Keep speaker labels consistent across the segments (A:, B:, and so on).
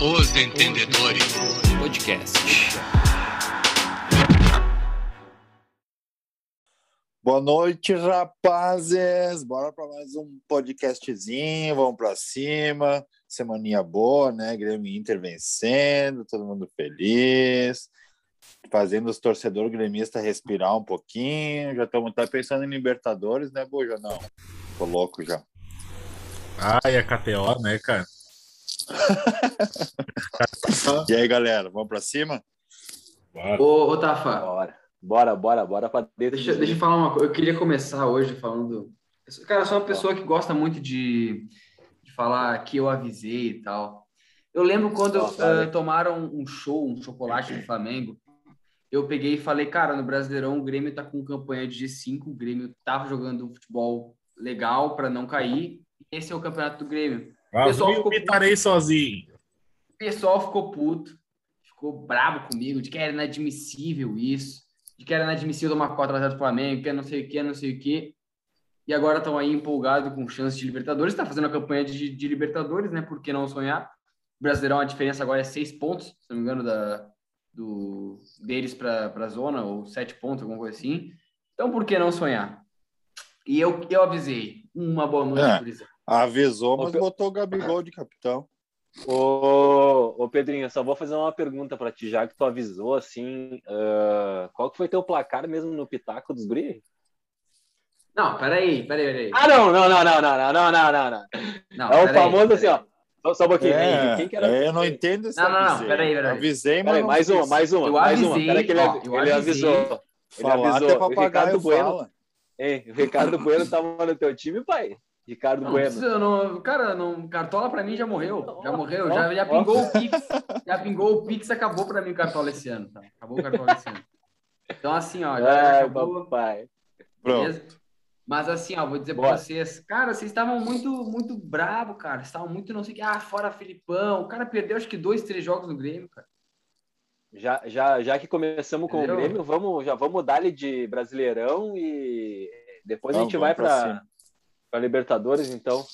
A: Os Entendedores Podcast.
B: Boa noite, rapazes. Bora para mais um podcastzinho. Vamos para cima. Semaninha boa, né? Grêmio e Inter vencendo, todo mundo feliz. Fazendo os torcedores gremistas respirar um pouquinho. Já estamos tá pensando em Libertadores, né, Buja? Não. Tô louco já.
C: Ah, e a KTO, né, cara?
B: E aí, galera, vamos para cima?
D: Ô, ô Tafa,
E: Bora, bora, bora, bora pra dentro.
D: deixa, deixa eu falar uma coisa. Eu queria começar hoje falando. Eu sou- Cara, eu sou uma pessoa que gosta muito de, de falar que eu avisei e tal. Eu lembro quando
E: Ó, vale.
D: eh, tomaram um show, um chocolate do Flamengo. Eu peguei e falei, cara, no Brasileirão o Grêmio tá com campanha de G5, o Grêmio tava jogando um futebol legal para não cair. Esse é o campeonato do Grêmio.
C: Ah,
D: Pessoal,
C: eu
D: ficou-
C: pitarei sozinho.
D: O pessoal ficou puto, ficou bravo comigo, de que era inadmissível isso, de que era inadmissível tomar 4 a 0 do Flamengo, que é não sei o que, não sei o que. E agora estão aí empolgados com chance de Libertadores, está fazendo a campanha de, de Libertadores, né? Por que não sonhar? O Brasileirão, a diferença agora é 6 pontos, se não me engano, da, do, deles para a zona, ou 7 pontos, alguma coisa assim. Então, por que não sonhar? E eu, eu avisei. Uma boa noite,
B: É.
D: gurizada.
B: Avisou, mas
E: Ô, Pe-
B: botou o Gabigol de capitão.
E: Ô, ô Pedrinho, eu só vou fazer uma pergunta pra ti, já que tu avisou assim. ah, qual que foi teu placar mesmo no Pitaco dos Guri?
D: Não, peraí, peraí, peraí.
E: Ah, não, não, não, não, não, não, não, não, não, não.
D: Não,
E: É o
D: peraí,
E: famoso assim,
D: peraí.
E: ó. Só, só um pouquinho.
B: É,
E: hein, Quem que era?
B: é, eu não entendo esse
D: Não, não, não,
B: avisei.
D: peraí, peraí.
B: Avisei, mas
E: Peraí,
B: não
E: mais uma,
B: quis
E: mais uma,
D: Eu
E: mais
D: avisei,
E: uma. Pera que ele,
D: ó, eu
E: ele
D: avisei.
E: avisou. Ele
B: Falar até
E: avisou. O
B: papagaio
E: Ricardo Bueno,
B: fala.
E: hein, o Ricardo Bueno tava no teu time, pai? Ricardo
D: Não,
E: Bueno.
D: precisa, não, cara, não, Cartola pra mim já morreu. Já morreu,
E: ó,
D: já, já
E: ó.
D: pingou o Pix. Já pingou o Pix, acabou pra mim o Cartola esse ano. tá? Acabou o Cartola esse ano. Então, assim, ó, já, já
E: Ah,
D: acabou,
E: papai.
B: Pronto.
D: beleza? Mas assim, ó, vou dizer pra
E: Bora.
D: vocês, cara, vocês estavam muito, muito bravo, cara. Vocês estavam muito, não sei o que, ah, fora Filipão. O cara perdeu acho que dois, três jogos no Grêmio, cara.
E: Já, já, já que começamos com
D: Entendeu?
E: o Grêmio, vamos, já vamos dar-lhe de Brasileirão e depois a
B: Então, Vamos,
E: gente vai
B: vamos pra
E: para
B: cima.
E: para Libertadores, então.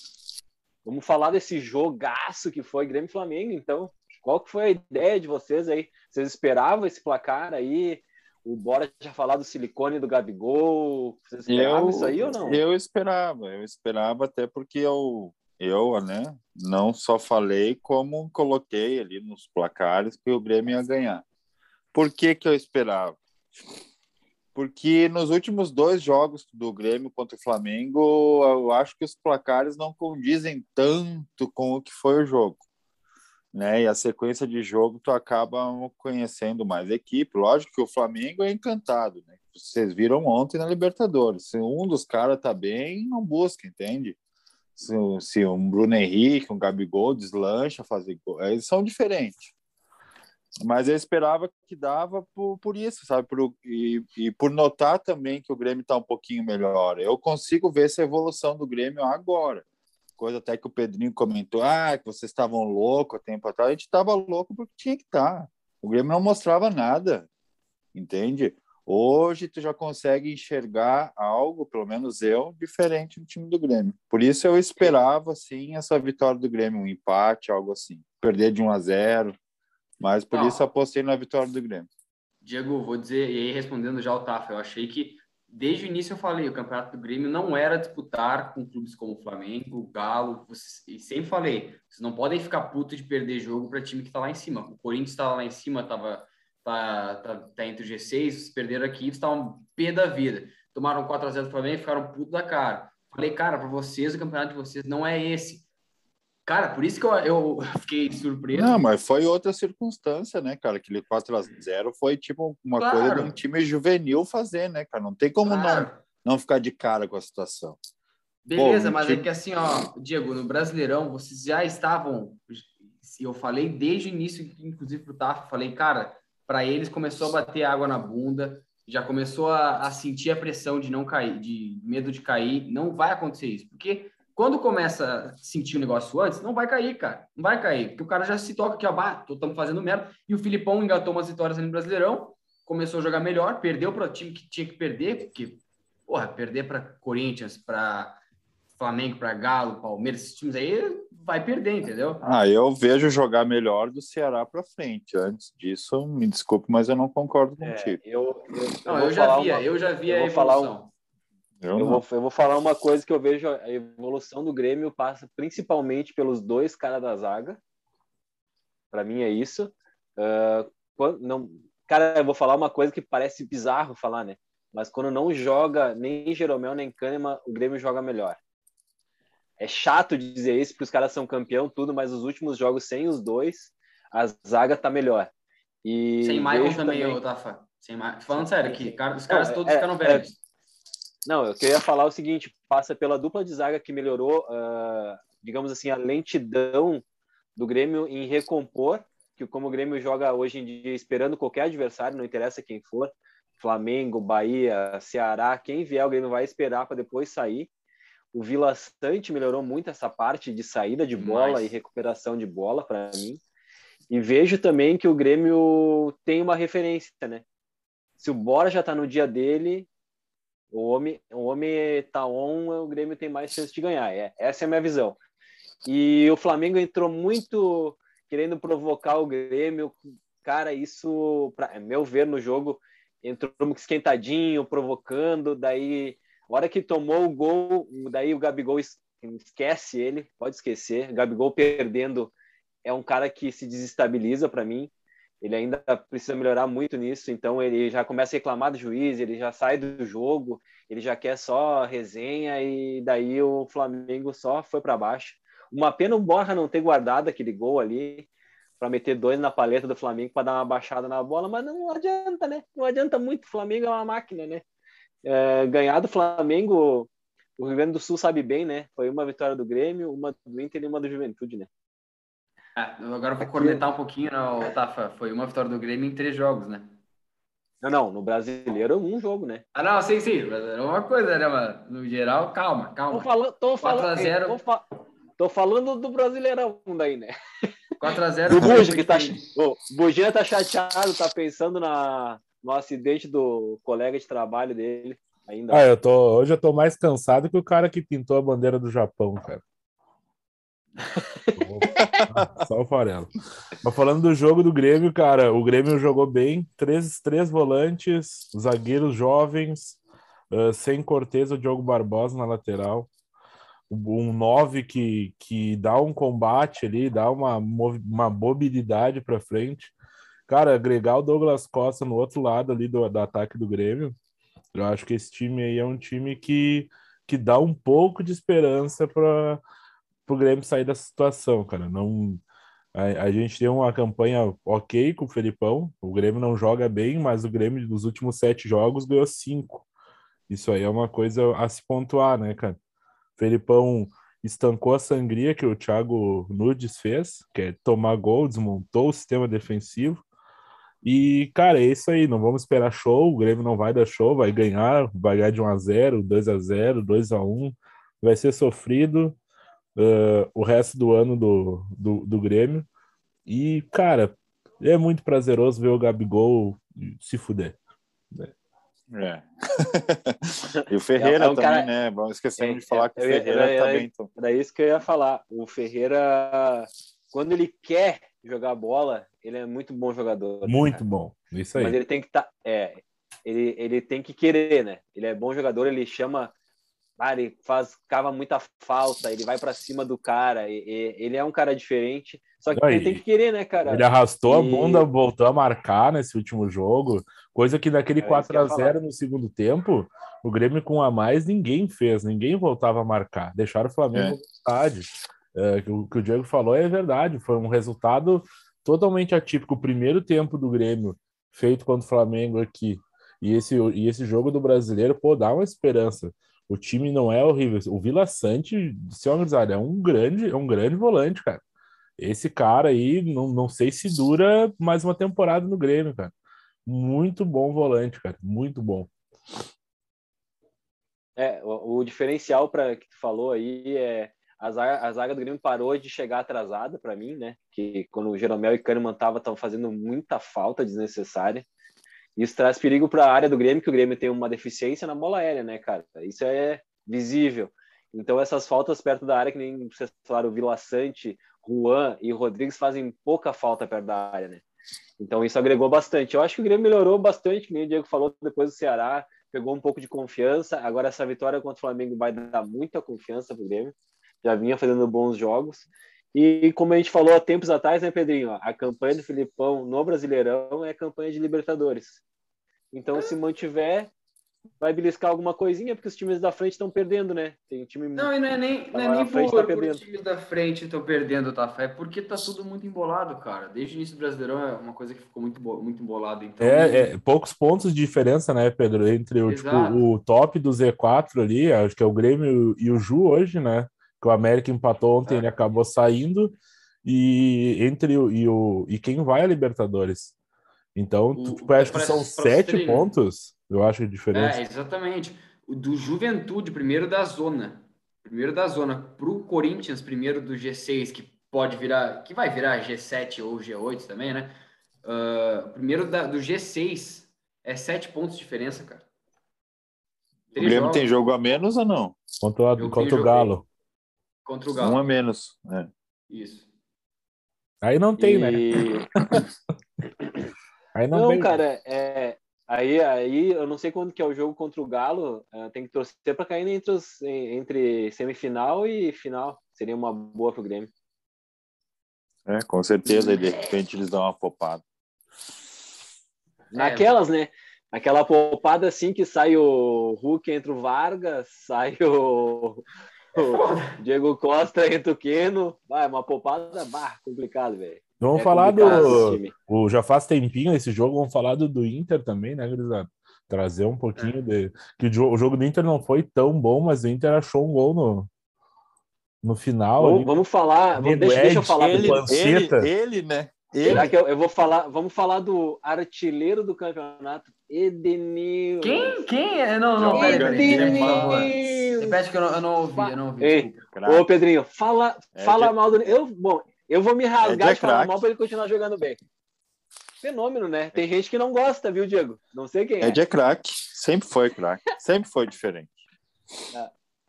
E: Vamos falar desse jogaço que foi Grêmio e Flamengo, então. Qual que foi a ideia de vocês aí? Vocês esperavam esse placar aí? O Bora já falar do silicone do Gabigol? Vocês esperavam isso aí ou não?
B: Eu esperava, eu esperava até porque eu, eu, né, não só falei como coloquei ali nos placares que o Grêmio ia ganhar. Por que que eu esperava? Porque nos últimos dois jogos do Grêmio contra o Flamengo, eu acho que os placares não condizem tanto com o que foi o jogo. Né? E a sequência de jogo tu acaba conhecendo mais a equipe. Lógico que o Flamengo é encantado, né? Vocês viram ontem na Libertadores. Se um dos caras tá bem, não busca, entende? Se, um- se um Bruno Henrique, um Gabigol deslancha, fazer gol, eles são diferentes. Mas eu esperava que dava por, por isso, sabe? Por, e, e por notar também que o Grêmio tá um pouquinho melhor. Eu consigo ver essa evolução do Grêmio agora coisa até que o Pedrinho comentou, ah, que vocês estavam louco há tempo atrás. A gente estava louco porque tinha que estar. O Grêmio não mostrava nada, entende? Hoje tu já consegue enxergar algo, pelo menos eu, diferente do time do Grêmio. Por isso eu esperava, assim, essa vitória do Grêmio, um empate, algo assim. Perder de 1 a 0 mas por
D: Não.
B: isso apostei na vitória do Grêmio.
D: Diego, vou dizer, e aí respondendo já o Tafa, eu achei que desde o início eu falei, o campeonato do Grêmio não era disputar com clubes como o Flamengo, o Galo, vocês- e sempre falei, vocês não podem ficar puto de perder jogo para time que tá lá em cima. O Corinthians estava lá em cima, tava tá, tá, tá entre o G6, vocês perderam aqui, vocês estavam pé da vida. Tomaram 4 a 0 do Flamengo, e ficaram puto da cara. Falei, cara, para vocês o campeonato de vocês não é esse. Cara, por isso que eu, eu fiquei surpreso.
B: Não, mas foi outra circunstância, né, cara? Aquele 4 a 0 foi tipo uma
D: Claro.
B: coisa de um time juvenil fazer, né, cara? Não tem como não
D: Claro.
B: não ficar de cara com a situação.
D: Beleza,
B: Bom,
D: mas
B: tipo-
D: é que assim, ó, Diego, no Brasileirão, vocês já estavam. se Eu falei desde o início, inclusive pro Tafa, falei, cara, para eles começou a bater água na bunda, já começou a, a sentir a pressão de não cair, de medo de cair. Não vai acontecer isso, porque quando começa a sentir o negócio antes, não vai cair, cara. Não vai cair, porque o cara já se toca que, ó, bah, estamos fazendo merda. E o Filipão engatou umas vitórias ali no Brasileirão, começou a jogar melhor, perdeu para o time que tinha que perder, porque, porra, perder para Corinthians, para Flamengo para Galo, Palmeiras, esses times aí vai perder, entendeu?
B: Ah, eu vejo jogar melhor do Ceará para frente. Antes disso, me desculpe, mas eu não concordo contigo.
E: É, eu, eu,
D: Não,
E: vou
D: eu já
E: falar
D: via,
E: uma-
D: eu já via
E: eu
D: a
E: vou falar
D: evolução.
B: Eu
E: Eu
B: não.
E: vou, eu vou falar uma coisa que eu vejo a evolução do Grêmio passa principalmente pelos dois caras da zaga. Para mim é isso. Ah, quan- não, cara, eu vou falar uma coisa que parece bizarro falar, né? Mas quando não joga nem Jeromel nem Kahneman, o Grêmio joga melhor. É chato dizer isso porque os caras são campeão tudo, mas os últimos jogos sem os dois, a zaga tá melhor. E
D: Sem Michael
E: vejo
D: também, é ô Tafa. Sem Ma... Falando sério, que cara, os
E: Não,
D: caras
E: é-
D: todos
E: é-
D: ficaram
E: é-
D: velhos.
E: Não, eu queria falar o seguinte: passa pela dupla de zaga que melhorou, ah, digamos assim, a lentidão do Grêmio em recompor, que como o Grêmio joga hoje em dia, esperando qualquer adversário, não interessa quem for, Flamengo, Bahia, Ceará, quem vier, o Grêmio vai esperar para depois sair. O Vila Sante melhorou muito essa parte de saída de bola
D: Demais.
E: e recuperação de bola para mim. E vejo também que o Grêmio tem uma referência, né? Se o Bora já tá no dia dele, o homem, o homem tá on, o Grêmio tem mais chance de ganhar. É, essa é a minha visão. E o Flamengo entrou muito querendo provocar o Grêmio. Cara, isso, pra meu ver, no jogo, entrou muito esquentadinho, provocando. Daí, a hora que tomou o gol, daí o Gabigol es- esquece ele, pode esquecer. Gabigol perdendo é um cara que se desestabiliza para mim. Ele ainda precisa melhorar muito nisso, então ele já começa a reclamar do juiz, ele já sai do jogo, ele já quer só resenha e daí o Flamengo só foi para baixo. Uma pena o Borja não ter guardado aquele gol ali para meter dois na paleta do Flamengo para dar uma baixada na bola, mas não adianta, né? Não adianta muito, o Flamengo é uma máquina, né? É, ganhar do Flamengo, o Rio Grande do Sul sabe bem, né? Foi uma vitória do Grêmio, uma do Inter e uma do Juventude, né?
D: Ah, eu agora vou cornetar um pouquinho, né, ô Tafa. Foi uma vitória do Grêmio em três jogos, né?
E: Não, não, no Brasileiro é um jogo, né?
D: Ah, não, sim, sim. Mas era uma coisa, né, mano? No geral, calma,
E: Tô
D: calma.
E: falando, tô
D: 4 a 0.
E: falando, tô, fa- tô falando do Brasileirão daí, né?
D: 4x0.
E: Do Buja, que tá, o Bujinha tá chateado, tá pensando na, no acidente do colega de trabalho dele ainda.
C: Ah, eu tô, hoje eu tô mais cansado que o cara que pintou a bandeira do Japão, cara. Eu vou- Ah, Só o farelo. Mas falando do jogo do Grêmio, cara, o Grêmio jogou bem. Três, três volantes, zagueiros jovens, ah, sem Cortez, o Diogo Barbosa na lateral. Um 9 que, que dá um combate ali, dá uma, movi- uma mobilidade pra frente. Cara, agregar o Douglas Costa no outro lado ali do, do ataque do Grêmio. Eu acho que esse time aí é um time que, que dá um pouco de esperança para o Grêmio sair dessa situação, cara. Não, a, a gente tem uma campanha ok com o Felipão. O Grêmio não joga bem, mas o Grêmio nos últimos sete jogos ganhou cinco. Isso aí é uma coisa a se pontuar, né, cara? O Felipão estancou a sangria que o Thiago Nunes fez, que é tomar gol, desmontou o sistema defensivo. E, cara, é isso aí. Não vamos esperar show. O Grêmio não vai dar show, vai ganhar, vai ganhar de 1x0, 2x0, 2x1. Vai ser sofrido ah, o resto do ano do, do, do Grêmio. E, cara, é muito prazeroso ver o Gabigol se fuder.
B: É. e o Ferreira
E: É um
B: também,
E: cara-
B: né? Vamos esquecendo
E: É,
B: de falar
E: é,
B: que o
E: eu ia-
B: Ferreira
E: eu ia-
B: tá
E: eu ia-
B: bem. Então.
E: Era isso que eu ia falar. O Ferreira, quando ele quer jogar bola, ele é muito bom jogador.
C: Muito bom. Isso
E: Mas
C: aí.
E: ele tem que estar. é, ele, ele tem que querer, né? Ele é bom jogador, ele chama. Ah, ele faz, cava muita falta, ele vai para cima do cara. e- e- ele é um cara diferente. Só que
C: Não,
E: ele
C: e-
E: tem que querer, né, cara?
C: Ele arrastou a
E: E-
C: bunda, voltou a marcar nesse último jogo. Coisa que naquele
E: É isso que eu ia
C: 4x0 no segundo tempo, o Grêmio com um a mais ninguém fez, ninguém voltava a marcar. Deixaram o Flamengo à vontade. É, que o que o Diego falou é verdade, foi um resultado totalmente atípico. O primeiro tempo do Grêmio feito contra o Flamengo aqui. E esse, e esse jogo do brasileiro, pô, dá uma esperança. O time não é horrível. O Vila Sante, seu amizade, é um grande, é um grande volante, cara. Esse cara aí, não, não sei se dura mais uma temporada no Grêmio, cara. Muito bom volante, cara. Muito bom.
E: É, o, o diferencial para que tu falou aí é a zaga, a zaga do Grêmio parou de chegar atrasada para mim, né? Que quando o Jeromel e Kahneman estavam estavam fazendo muita falta desnecessária. Isso traz perigo para a área do Grêmio, que o Grêmio tem uma deficiência na bola aérea, né, cara? Isso é visível. Então, essas faltas perto da área, que nem vocês falaram, Vila Sante, Juan e Rodrigues fazem pouca falta perto da área, né? Então, isso agregou bastante. Eu acho que o Grêmio melhorou bastante, que nem o Diego falou, depois do Ceará, pegou um pouco de confiança. Agora, essa vitória contra o Flamengo vai dar muita confiança pro Grêmio. Já vinha fazendo bons jogos. E como a gente falou há tempos atrás, né, Pedrinho? A campanha do Filipão no Brasileirão é campanha de Libertadores. Então, se mantiver, vai beliscar alguma coisinha, porque os times da frente estão perdendo, né? Tem time
D: Não, e não é nem, não é
E: Agora
D: nem
E: a frente
D: por,
E: tá
D: por
E: perdendo.
D: times da frente estão perdendo, tá? É porque tá tudo muito embolado, cara. Desde o início do Brasileirão é uma coisa que ficou muito, bo- muito embolada. Então,
C: É, é, poucos pontos de diferença, né, Pedro? Entre o, tipo,
D: Exato.
C: o top do Z4 ali, acho que é o Grêmio e o Ju hoje, né? Que o América empatou ontem, ele
D: É.
C: acabou saindo. E entre o e, o, e quem vai a Libertadores. Então, tu,
D: O-
C: tipo, acho que
D: parece-
C: são
D: parece
C: sete
D: trilha.
C: pontos, eu acho, de diferença.
D: né? É, exatamente. O do Juventude, primeiro da zona. Primeiro da zona. Pro Corinthians, primeiro do G6, que pode virar. Que vai virar G7 ou G8 também, né? Ah, primeiro da- do G6 é sete pontos de diferença, cara.
B: O
D: Três
B: Grêmio
D: jogos
B: tem jogo a menos ou não?
C: Contra,
D: Eu
C: contra
D: vi,
C: o Galo.
D: contra o Galo.
B: Um a menos. né?
D: Isso.
C: Aí não tem, né?
E: E-
C: Aí não,
E: Não,
C: tem.
E: cara, é, aí, aí eu não sei quando que é o jogo contra o Galo. é, tem que torcer para cair entre, os- em- entre semifinal e final. Seria uma boa pro Grêmio.
B: É, com certeza, aí de repente eles dão uma popada.
D: É,
E: Naquelas, né? Aquela poupada assim que sai o Hulk entre o Vargas, sai o, o Diego Costa entre o Keno. Vai, uma poupada bah, complicado, velho.
C: Vamos
E: É
C: falar
E: complicado esse
C: do.
E: time.
C: O, já faz tempinho esse jogo, vamos falar do, do Inter também, né, Grisado? Trazer um pouquinho
E: É.
C: de. Que o, jo- o jogo do Inter não foi tão bom, mas o Inter achou um gol no, no final.
E: Vamos,
C: ali.
E: vamos falar. Vamos,
C: Nego
E: deixa, deixa eu
C: Ed,
E: falar
C: ele-
E: primeiro.
B: Ele,
C: Panceta.
B: ele, né?
E: Será
B: Ele.
E: que eu, eu vou falar? Vamos falar do artilheiro do campeonato, Edenilson.
D: Quem? Quem? é? Não, não,
B: Joga
D: peraí, peraí. Repete,
B: demais.
D: por favor. Repete que eu não, eu não ouvi, eu não ouvi.
E: Ei.
D: desculpa.
E: Ô, Pedrinho, fala,
B: É
E: fala
B: de-
E: mal do. Eu, bom, eu vou me rasgar
B: É de
E: de falar
B: craque.
E: mal para ele continuar jogando bem. Fenômeno, né? Tem gente que não gosta, viu, Diego? Não sei quem é.
B: Ed é craque. Sempre foi craque. Sempre foi diferente.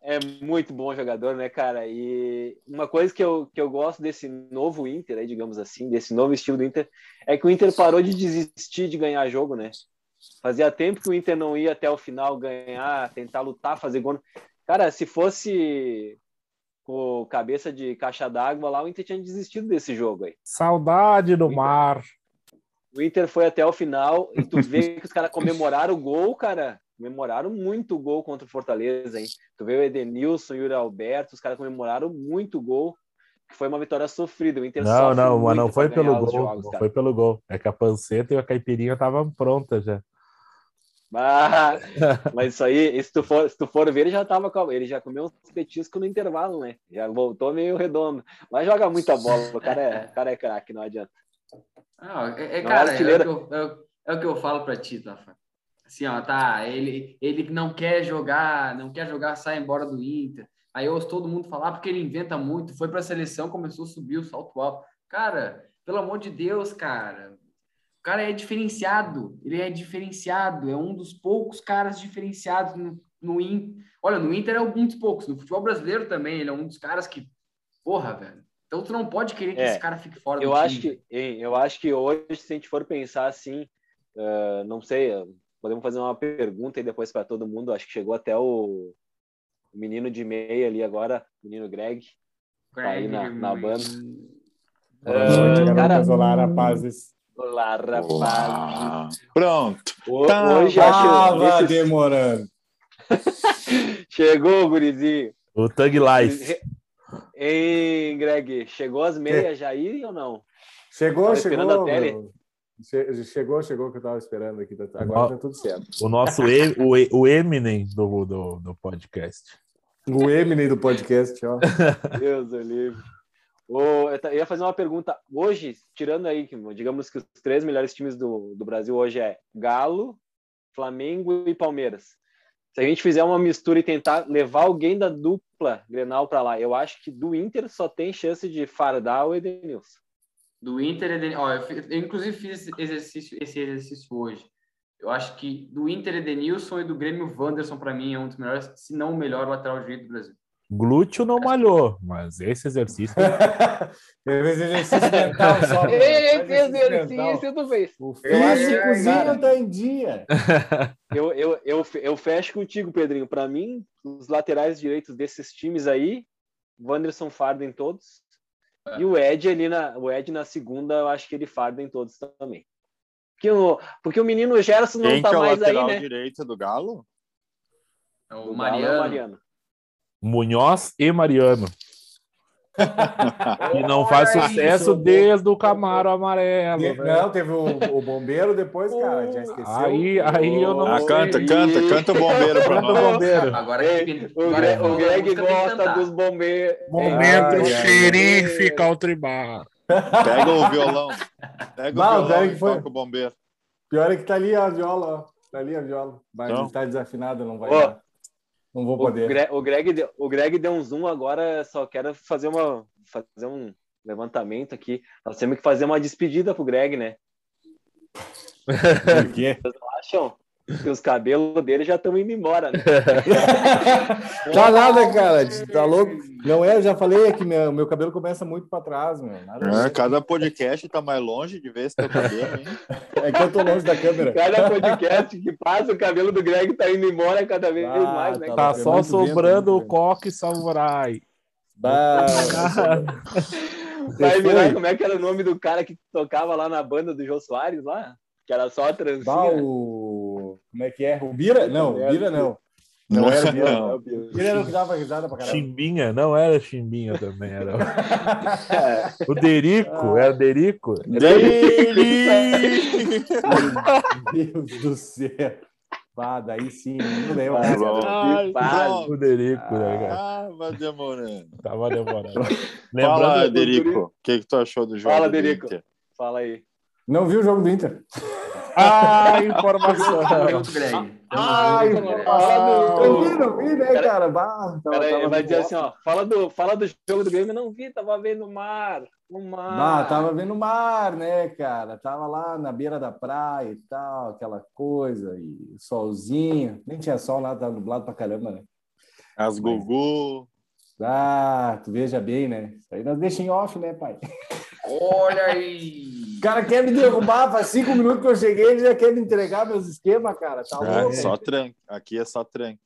E: É muito bom jogador, né, cara? E uma coisa que eu, que eu gosto desse novo Inter, aí, digamos assim, desse novo estilo do Inter, é que o Inter parou de desistir de ganhar jogo, né? Fazia tempo que o Inter não ia até o final ganhar, tentar lutar, fazer gol. Cara, se fosse com cabeça de caixa d'água lá, o Inter tinha desistido desse jogo aí.
C: Saudade do
E: Inter.
C: mar.
E: O Inter foi até o final e tu vê que os caras comemoraram o gol, cara. Comemoraram muito o gol contra o Fortaleza, hein? Tu vê o Edenilson, o Yuri Alberto, os caras comemoraram muito o gol. que Foi uma vitória sofrida. O Inter
C: Não,
E: sofre
C: não, mas
E: muito
C: não foi
E: pra ganhar
C: pelo
E: os
C: gol.
E: jogos,
C: não
E: cara.
C: foi pelo gol. É que a panceta e a caipirinha estavam prontas já.
E: Ah, mas isso aí, e se tu for, se tu for ver, ele já tava com- ele já comeu uns petiscos no intervalo, né? Já voltou meio redondo. Mas joga muita bola, o cara é, o cara é craque, não adianta.
D: Ah, é, é, cara, é o,
E: Não,
D: que
E: artilheiro.
D: eu, é, o- é o que eu falo pra ti, Tafa. Assim, ó, tá, ele, ele que não quer jogar, não quer jogar, sai embora do Inter. Aí eu ouço todo mundo falar porque ele inventa muito, foi pra seleção, começou a subir o salto alto. Cara, pelo amor de Deus, cara. O cara é diferenciado, ele é diferenciado, é um dos poucos caras diferenciados no, no Inter. Olha, no Inter é um dos poucos, no futebol brasileiro também, ele é um dos caras que, porra, velho. Então tu não pode querer que
E: É,
D: esse cara fique fora do
E: Eu
D: time.
E: acho que, hein, eu acho que hoje, se a gente for pensar assim, eh, não sei, eh, podemos fazer uma pergunta e depois para todo mundo. Acho que chegou até o o menino de meia ali agora, o menino Greg. Tá aí na- na banda.
F: Boa noite,
E: Eh,
F: garotas.
E: cara,
F: Olá, rapazes.
E: olá, rapaz.
B: Olá. Pronto.
E: Ho-
B: Tá,
E: Tá hoje eu
F: Tava
E: acho que
F: demorando.
E: chegou, gurizinho.
C: O Tug Life.
E: Hein, Greg, chegou as meias já aí ou não?
F: É. Chegou,
E: Tava
F: chegou.
E: esperando a tele.
F: meu. Che- Chegou, chegou que eu tava esperando aqui. Tá- Agora
C: Ó.
F: tá tudo certo.
C: O nosso e, o, e- o Eminem do, do, do podcast.
F: O Eminem do podcast, ó.
E: Deus, eu livre. Ô, eu ta- eu ia fazer uma pergunta. Hoje, tirando aí, que, digamos que os três melhores times do, do Brasil hoje é Galo, Flamengo e Palmeiras. Se a gente fizer uma mistura e tentar levar alguém da dupla Grenal para lá, eu acho que do Inter só tem chance de fardar o Edenilson.
D: Do Inter, Eden- ó, eu, fi- eu, inclusive fiz esse exercício, esse exercício hoje. Eu acho que do Inter, Edenilson e do Grêmio, Wanderson, para mim, é um dos melhores, se não o melhor lateral direito do Brasil.
C: Glúteo não malhou, mas esse exercício.
F: Ele fez exercício mental só. cara.
E: Ele
F: Faz
E: fez
F: mental.
E: exercício, tu fez.
F: O
D: Eu acho que,
F: físicozinho
E: cara-
F: tá em dia.
E: Eu, eu, eu, fe- eu fecho contigo, Pedrinho. Pra mim, os laterais direitos desses times aí, Wanderson farda em todos.
B: É.
E: E o Ed ali na, o Ed na segunda, eu acho que ele farda em todos também. Porque o, porque o menino Gerson não
B: Quem
E: tá
B: que é o
E: mais aí,
B: lateral
E: né?
B: direito do Galo?
D: É
E: O
D: o
E: Mariano.
D: Mariano.
E: Mariano.
C: Munhoz e Mariano. E não faz
F: Olha
C: sucesso
F: isso.
C: desde o Camaro Amarelo.
F: De-
C: velho.
F: Não, teve o, o bombeiro depois, cara. Já esqueceu.
C: Aí, aí eu não.
B: Ah,
E: Oi.
B: canta, canta, canta o bombeiro pra
C: Canta o
B: nós.
C: bombeiro.
D: Agora
E: Ei,
D: que-
E: O,
D: agora é que
E: Gre- o
D: música
E: Greg
D: tem que
E: gosta
D: cantar.
E: dos bombeiros.
F: Momento
E: Ai, ai,
C: xerife
E: ai.
C: Caltribar.
B: Pega o violão. Pega
F: Bah,
B: o
F: daí
B: violão e
F: foi-
B: toca o bombeiro.
F: Pior é que tá ali a viola, ó. Tá ali a viola. Mas
B: Então.
F: tá desafinada, não vai
E: Ó.
F: dar. Não vou
E: O,
F: poder.
E: Gre- o Greg, deu- o Greg deu um zoom agora, só quero fazer uma fazer um levantamento aqui. Nós temos que fazer uma despedida pro Greg, né?
F: Por quê?
E: Acham que os cabelos dele já estão indo embora, né?
F: tá nada, cara. Tá louco? Não é, eu já falei é que meu, meu cabelo começa muito pra trás, meu. Nada a
B: É,
F: ver.
B: cada podcast tá mais longe de ver esse teu cabelo, hein?
F: É que eu tô longe da câmera.
E: Cada podcast que passa, o cabelo do Greg tá indo embora cada vez
F: Ah,
E: mais, né?
F: tá
C: Tá
F: louco, é
C: só
F: muito vento,
C: sobrando
F: muito
C: o coque samurai.
F: Bah,
E: Vai
F: Você
E: virar
F: foi?
E: como é que era o nome do cara que tocava lá na banda do Jô Soares lá? Que era só a trancinha.
F: bah, o... Como é que é? O Bira? Não, o Bira não. Não era o
E: É
F: Bira.
B: Não.
F: O Bira era o que dava risada pra caralho.
C: Chimbinha, não era Chimbinha também. Era
E: É.
C: o Derico, era Derico.
B: Dele!
F: Meu Deus do céu. Bah, daí sim, não lembro.
E: Ah,
B: Tá bom.
E: Que
B: Ah.
E: fase.
C: O Derico, né, cara?
B: Tava demorando.
C: Tava demorando.
B: né? Fala,
C: Lembrando,
B: Derico. O que, que tu achou do jogo?
E: Fala,
B: do
E: Derico.
B: Inter?
E: Fala aí.
F: Não vi o jogo do Inter.
C: ah,
D: Tamo
C: informação.
D: junto, Greg. Tamo
F: Ai,
D: junto, Greg.
E: Fala do.
F: Eu vi, não vi, né,
E: Pera-
F: cara? Bah, tava,
E: Pera aí,
F: tava
E: vai
F: de
E: dizer
F: boa.
E: assim, ó. Fala do, fala do jogo do Grêmio. Não vi, tava vendo o mar. No mar.
F: Bah, tava vendo o mar, né, cara? Tava lá na beira da praia e tal, aquela coisa, e solzinho. Nem tinha sol lá, tava nublado pra caramba, né?
B: As Gugu.
F: Ah, tu veja bem, né? Isso aí nós deixa em off, né, pai?
D: Olha aí.
F: O cara quer me derrubar, faz cinco minutos que eu cheguei, ele já quer me entregar meus esquemas, cara. Tá
B: Ah,
F: louco?
B: só tranque. Aqui é só tranque.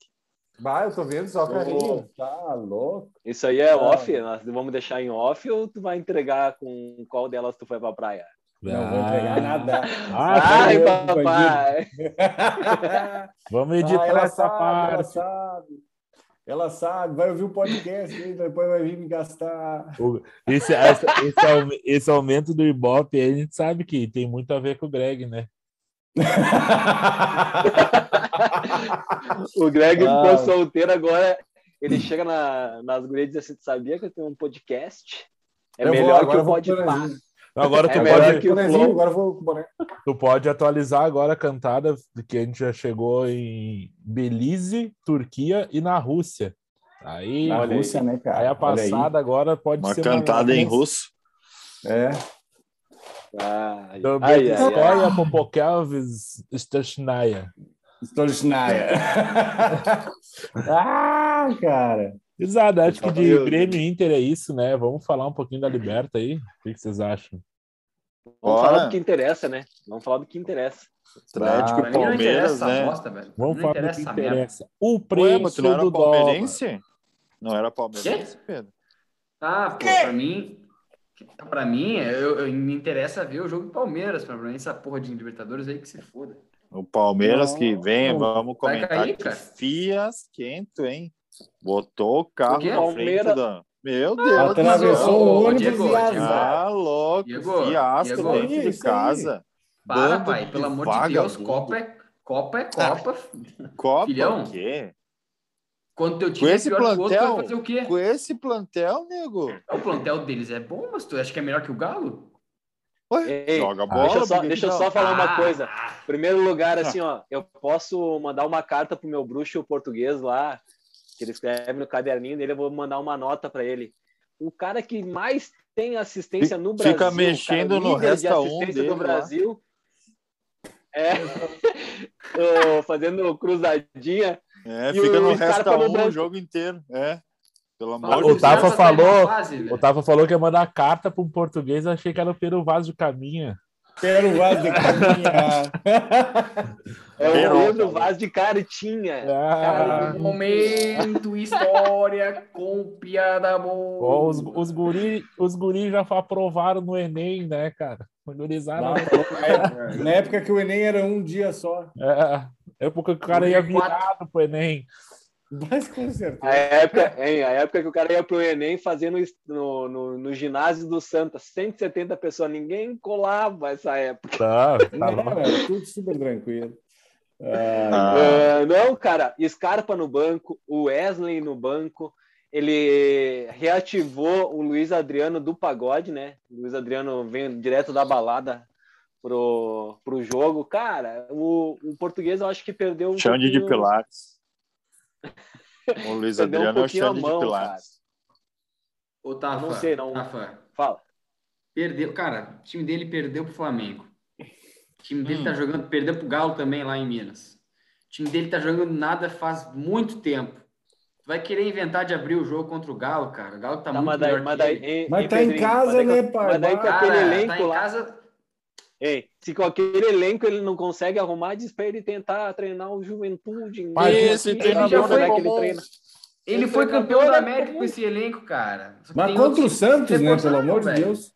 F: Bah, eu tô vendo só carinho.
E: Ô.
F: Tá louco.
E: Isso aí é
F: Ah.
E: off? Nós vamos deixar em off ou tu vai entregar com qual delas tu foi pra praia?
F: Não vou entregar nada.
C: é. Ah,
E: Ai,
F: eu,
E: papai!
C: vamos
F: Ah,
C: editar
F: ela
C: essa
F: sabe, Ela
C: parte.
F: sabe. Ela sabe, vai ouvir o podcast, hein? depois vai vir me gastar.
C: O- Esse, essa- esse, au- esse aumento do Ibope aí, a gente sabe que tem muito a ver com o Greg, né?
E: O Greg
F: Ah.
E: ficou solteiro agora. Ele chega na- nas gurias e diz assim: "Tu sabia que eu tenho um podcast? É
F: Eu vou,
E: melhor
F: agora
E: que
F: eu
E: eu
F: vou
E: pode
F: pro
E: pá.
C: Agora
E: É
C: tu,
E: melhor
C: pode,
E: que- o
F: Bonezinho,
E: Flow-
F: agora eu vou com o boné.
C: tu pode atualizar agora a cantada, que a gente já chegou em Belize, Turquia e na Rússia. Aí,
F: Na
C: olha aí.
F: Rússia, né, cara?
C: Aí a
F: Olha aí.
C: passada agora pode
B: Uma
C: ser
B: cantada em
C: mais-
B: russo.
F: É.
E: Ai, ai, ai, ai.
C: Dombetskoya, Popokelvis, Stashnaya.
F: Stolchnaya. ah, cara.
C: Exato, acho que de
E: Meu Deus.
C: Grêmio e Inter é isso, né? Vamos falar um pouquinho da Liberta aí. O que que vocês acham?
E: Vamos
B: Bora.
E: falar do que interessa, né? Vamos falar do que interessa.
B: Atlético
D: Pra
B: e
D: mim não interessa
B: Palmeiras,
D: essa
B: né?
D: bosta, velho.
C: Vamos
D: não
C: falar do que
D: interessa essa merda.
C: interessa. O
B: Ué, mas
C: preço
B: tu não
C: do
B: era
C: dólar.
B: é palmeirense? Não era palmeirense, Pedro?
D: Ah, pô, pra mim. tá, Pra mim, eu, eu- me interessa ver o jogo do Palmeiras. Pra mim, essa porra de Libertadores aí que se foda.
B: O Palmeiras que vem,
F: Não.
B: vamos
D: Vai
B: comentar
D: cair,
B: que
D: cara.
B: Fias quento, hein? Botou o carro
D: O quê?
B: na
E: Palmeiras- Ah,
B: frente da... Meu Deus do
F: Atravessou
B: céu!
F: o
D: Ô, é
F: ônibus
D: Diego,
F: e
D: Diego.
F: azar.
B: Ah, louco!
D: Diego,
B: Fiasco
D: Diego.
B: dentro
F: Isso aí,
B: de
F: isso
B: casa.
D: Para,
B: Bando
D: pai.
B: de
D: Pelo amor de Deus,
B: vagabundo. Ah.
D: Copa é Copa. É Copa.
B: Copa
D: Filhão.
B: o quê?
D: Quando teu time
B: Com
D: é
B: esse
D: pior que o outro, tu
B: plantel,
D: vai fazer o quê?
B: Com esse plantel, nego?
D: O plantel deles é bom, mas tu acha que é melhor que o Galo?
B: Ué,
E: Ei, Ah,
B: joga bola,
E: deixa eu só,
B: por que
E: deixa eu
B: que
E: só
B: não?
E: falar uma
D: Ah,
E: coisa. Primeiro
B: Ah.
E: lugar, assim, ó, eu posso mandar uma carta pro meu bruxo português lá, que ele escreve no caderninho dele, eu vou mandar uma nota para ele. O cara que mais tem assistência no Brasil,
B: Fica
E: o cara
B: mexendo no
E: líder de
B: resta um
E: assistência
B: dele
E: do
B: lá.
E: Brasil, é, ô, fazendo cruzadinha,
B: É,
E: E
B: fica
E: o
B: no
E: Scarpa
B: resta
E: no
B: um
E: banco.
B: o jogo inteiro. É. Pelo
C: Ah,
B: amor
C: o
B: de Deus.
C: Tafa
D: Santos
C: falou-
D: tá na fase, velho.
C: O Tava falou que ia mandar carta para um português, eu achei que era o Peru Vaz de Caminha.
F: Quero mais de caminhar.
E: É o
B: Verão,
E: Leandro
B: cara.
E: Vaz de Caritinha.
C: Ah,
E: Cara,
D: Momento, história com piada boa.
C: ó, os, os, guri, os guri já aprovaram no Enem, né, cara? Gurizada.
F: Não, Na época que o Enem era um dia só.
C: É, é porque o cara ia virado pro Enem.
F: Mas com certeza.
E: A época, hein, a época que o cara ia pro Enem fazer no, no, no- no ginásio do Santa, 170 pessoas, ninguém colava essa época.
C: Tá, tá
F: não,
C: louco.
F: era Né, tudo super tranquilo. Ah,
B: Ah,
E: Ah, não, cara, Scarpa no banco, o Wesley no banco, ele reativou o Luiz Adriano do pagode, né? O Luiz Adriano vem direto da balada pro, pro jogo. Cara, o, o português eu acho que perdeu um
B: Xande de
E: pouquinho-
B: Pilates. O Luiz
E: Perdeu um
B: Adriano é o
E: pouquinho a
B: Xande
E: mão,
B: de Pilates.
D: Ô, Tafa,
E: Eu não sei, não.
D: Tafa,
E: Fala.
D: perdeu. Cara, o time dele perdeu pro Flamengo. O time dele
E: Hum.
D: tá jogando, perdeu pro Galo também lá em Minas. O time dele tá jogando nada faz muito tempo. Tu vai querer inventar de abrir o jogo contra o Galo, cara. O Galo tá,
E: Tá,
D: muito
E: mas daí-
D: melhor
E: mas
D: que
E: daí-
D: ele.
E: hein,
F: Mas
E: hein,
F: tá em
E: Pedrinho?
F: casa,
D: é
E: Mas daí-
F: né, pai?
E: Mas daí com
F: Cara,
E: aquele
D: tá
E: elenco
D: em
E: lá,
D: casa.
E: Ei, se com aquele elenco ele não consegue arrumar, diz pra ele tentar treinar o Juventude.
C: Mas
E: Esse
C: esse
D: treinador
E: né,
D: é
E: que ele treina.
D: Ele
E: Esse
D: foi campeão
E: treinador
D: da
E: é
D: América
E: bom.
D: com esse elenco, cara. Só que
F: Mas
D: tem
F: contra o
D: outros
F: Santos, né? Pelo
D: reportaram,
F: amor de
D: velho.
F: Deus.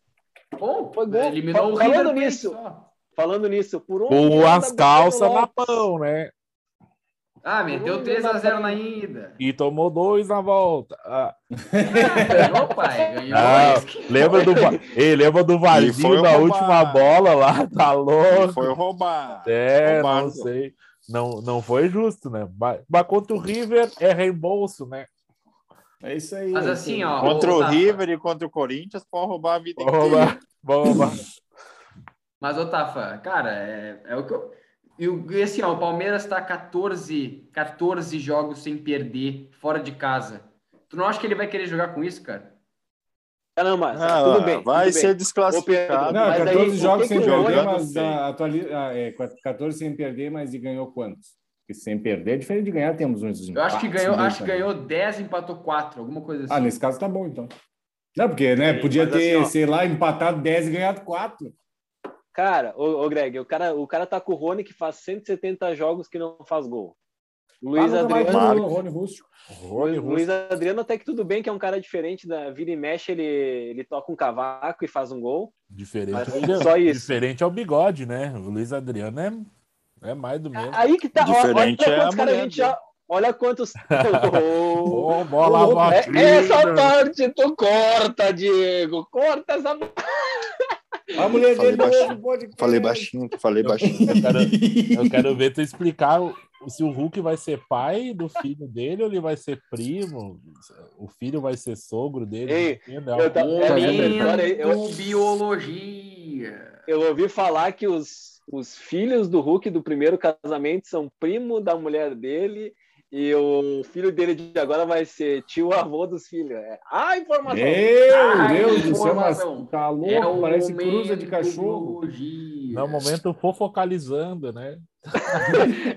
D: Bom,
E: Foi gol.
D: eliminou o
E: Falando
D: River Plate
E: nisso.
D: só.
E: Falando nisso, por onde
C: Com
E: anda
C: as calças na
E: Breno
C: mão, né?
D: Ah, meteu
E: Olha,
D: 3x0 na ida.
C: E tomou dois na volta. Ah,
D: Ganhou, pai. Ganhou.
C: Ah, lembra do, va- Ei, lembra do
B: foi
C: vazio
B: uma
C: da
B: ba-
C: última bola lá? Tá
B: Ele
C: louco.
B: foi roubar.
C: É, não
B: roubado.
C: sei. Não, não foi justo, né? Mas, mas contra o River é reembolso, né?
F: É isso aí.
D: Mas assim, ó.
B: Contra o
D: Tafa,
B: River e contra o Corinthians, pode roubar a vida
C: Vamos
B: inteira.
C: roubar. Vamos roubar.
D: Mas, ô Tafa, cara, é, é o que eu. E o- e assim, ó, o Palmeiras tá 14, 14 jogos sem perder, fora de casa. Tu não acha que ele vai querer jogar com isso, cara?
E: Caramba,
B: Ah,
E: tudo bem.
B: vai
E: tudo bem.
B: ser
E: Ô,
B: desclassificado.
F: Não,
E: mas daí,
F: 14
E: o
F: jogos
E: que
F: sem
E: que o
F: perder,
B: Olímpia
F: mas
B: tem?
F: ah, atuali... ah, é, quat- 14 sem perder, mas e ganhou quantos? Porque sem perder é diferente de ganhar, temos uns.
D: Eu acho que
F: empates,
D: ganhou,
F: né,
D: acho que
F: também.
D: ganhou 10, empatou 4, alguma coisa assim.
F: Ah, nesse caso tá bom, então. Não, porque, né?
E: Sim,
F: podia
E: mas
F: ter,
E: assim, ó.
F: sei lá, empatado 10 e ganhado 4.
E: Cara, ô, ô, Greg, o cara, o cara tá com o Rony que faz 170 jogos que não faz gol. O Luiz
F: um
E: Adriano
B: Marcos.
F: Rony Rústico.
C: Rony
E: O Luiz Adriano até que tudo bem, que é um cara diferente da vira e mexe, ele, ele toca um cavaco e faz um gol.
C: Diferente,
E: Mas
C: é o-
E: só isso.
C: diferente é o bigode, né? O Luiz Adriano é, é mais do mesmo.
E: Aí que tá. ó,
B: Diferente
E: olha
B: é a
E: quantos caras a
B: mulher
E: gente
B: dele.
E: já. Olha quantos. Ô,
C: Ô, bola
F: ô,
E: é-
C: batida.
E: essa parte tu corta, Diego. Corta essa parte.
F: A mulher
B: Falei
F: dele não
B: baixinho.
F: ouve podcast.
B: Falei baixinho, falei baixinho.
C: Eu quero, eu quero ver tu explicar o- se o Hulk vai ser pai do filho dele ou ele vai ser primo. O filho vai ser sogro dele.
E: Ei,
C: entendeu?
B: Tá
E: eu tava- é, essa história aí, eu-
D: Momento biologia.
E: Eu ouvi falar que os, os filhos do Hulk do primeiro casamento são primo da mulher dele e o filho dele de agora vai ser tio avô dos filhos. É a informação.
F: Meu
D: Ah,
F: Deus do céu, mas
D: informação. É
F: tá louco, parece cruza de cachorro.
D: Biologia.
C: No momento fofocalizando, né?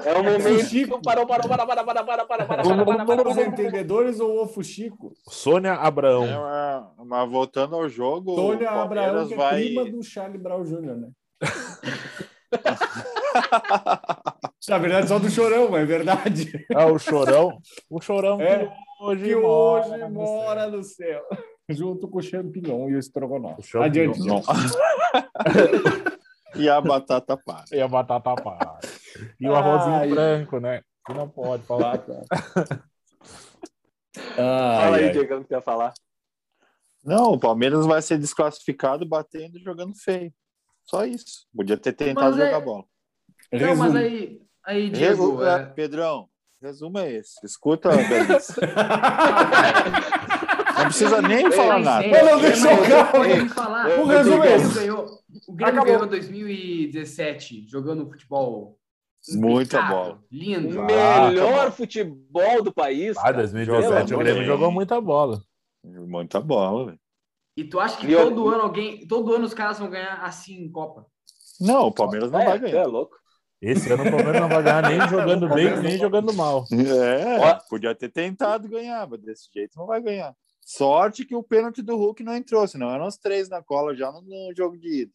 E: É o momento. Parou, parou, parou, parou, parou, parou, parou, parou, parou, parou, parou,
F: Os entendedores ou o Fuxico?
C: Sônia Abraão.
B: É, mas- mas voltando ao jogo,
F: Tônia
B: Tipo, o
F: Abraão,
B: Palmeiras
F: que é
B: vai.
F: prima do Charlie Brown Jr., né? Na verdade, só do Chorão, mas é verdade.
C: Ah, o chorão. O chorão
F: É,
C: que hoje,
F: Que
C: mora
F: hoje
C: no
F: mora no céu. Junto com o champignon e o estrogonofe.
C: O
F: Adiante.
B: Não. e a batata para.
C: céu. E a batata palha. E o
F: Ai.
C: arrozinho branco, né? Que não pode falar.
E: Fala
F: Ai,
E: aí,
F: ai.
E: Diego, o que tu ia falar.
B: Não, o Palmeiras vai ser desclassificado batendo e jogando feio. Só isso. Podia ter tentado
D: Mas é-
B: jogar bola.
D: Não, mas
F: Resumo.
D: aí, aí Diego,
B: Resu...
D: é,
B: Pedrão, resumo é esse. Escuta, Belis. Não precisa nem falar
D: Mas,
B: nada.
D: é,
F: Eu não
D: é,
F: deixo
D: mas
F: o cara.
D: eu tenho que falar.
F: O
D: O
F: resumo é
D: Grêmio
F: esse.
D: ganhou- O Grêmio
F: Acabou.
D: ganhou 2017 jogando futebol.
B: Muita
D: impecável,
B: bola.
E: O
F: Um
D: Lindo.
E: melhor futebol do país.
C: Ah,
E: cara.
C: 2017 o
B: Pelo
C: Grêmio
B: amor de
C: jogou
B: Deus.
C: muita bola.
B: Muita bola, velho.
D: E tu acha que
E: E eu-
D: todo ano alguém, todo ano os caras vão ganhar assim em Copa?
B: Não, o Palmeiras não
E: É,
B: vai
E: tu é
B: ganhar.
E: louco.
C: Esse ano o Palmeiras não vai ganhar nem jogando bem,
D: Palmeiras
C: nem
D: não-
C: jogando mal.
B: É,
E: Ó.
B: podia ter tentado ganhar, mas desse jeito não vai ganhar. Sorte que o pênalti do Hulk não entrou, senão eram os três na cola já no, no jogo de ida.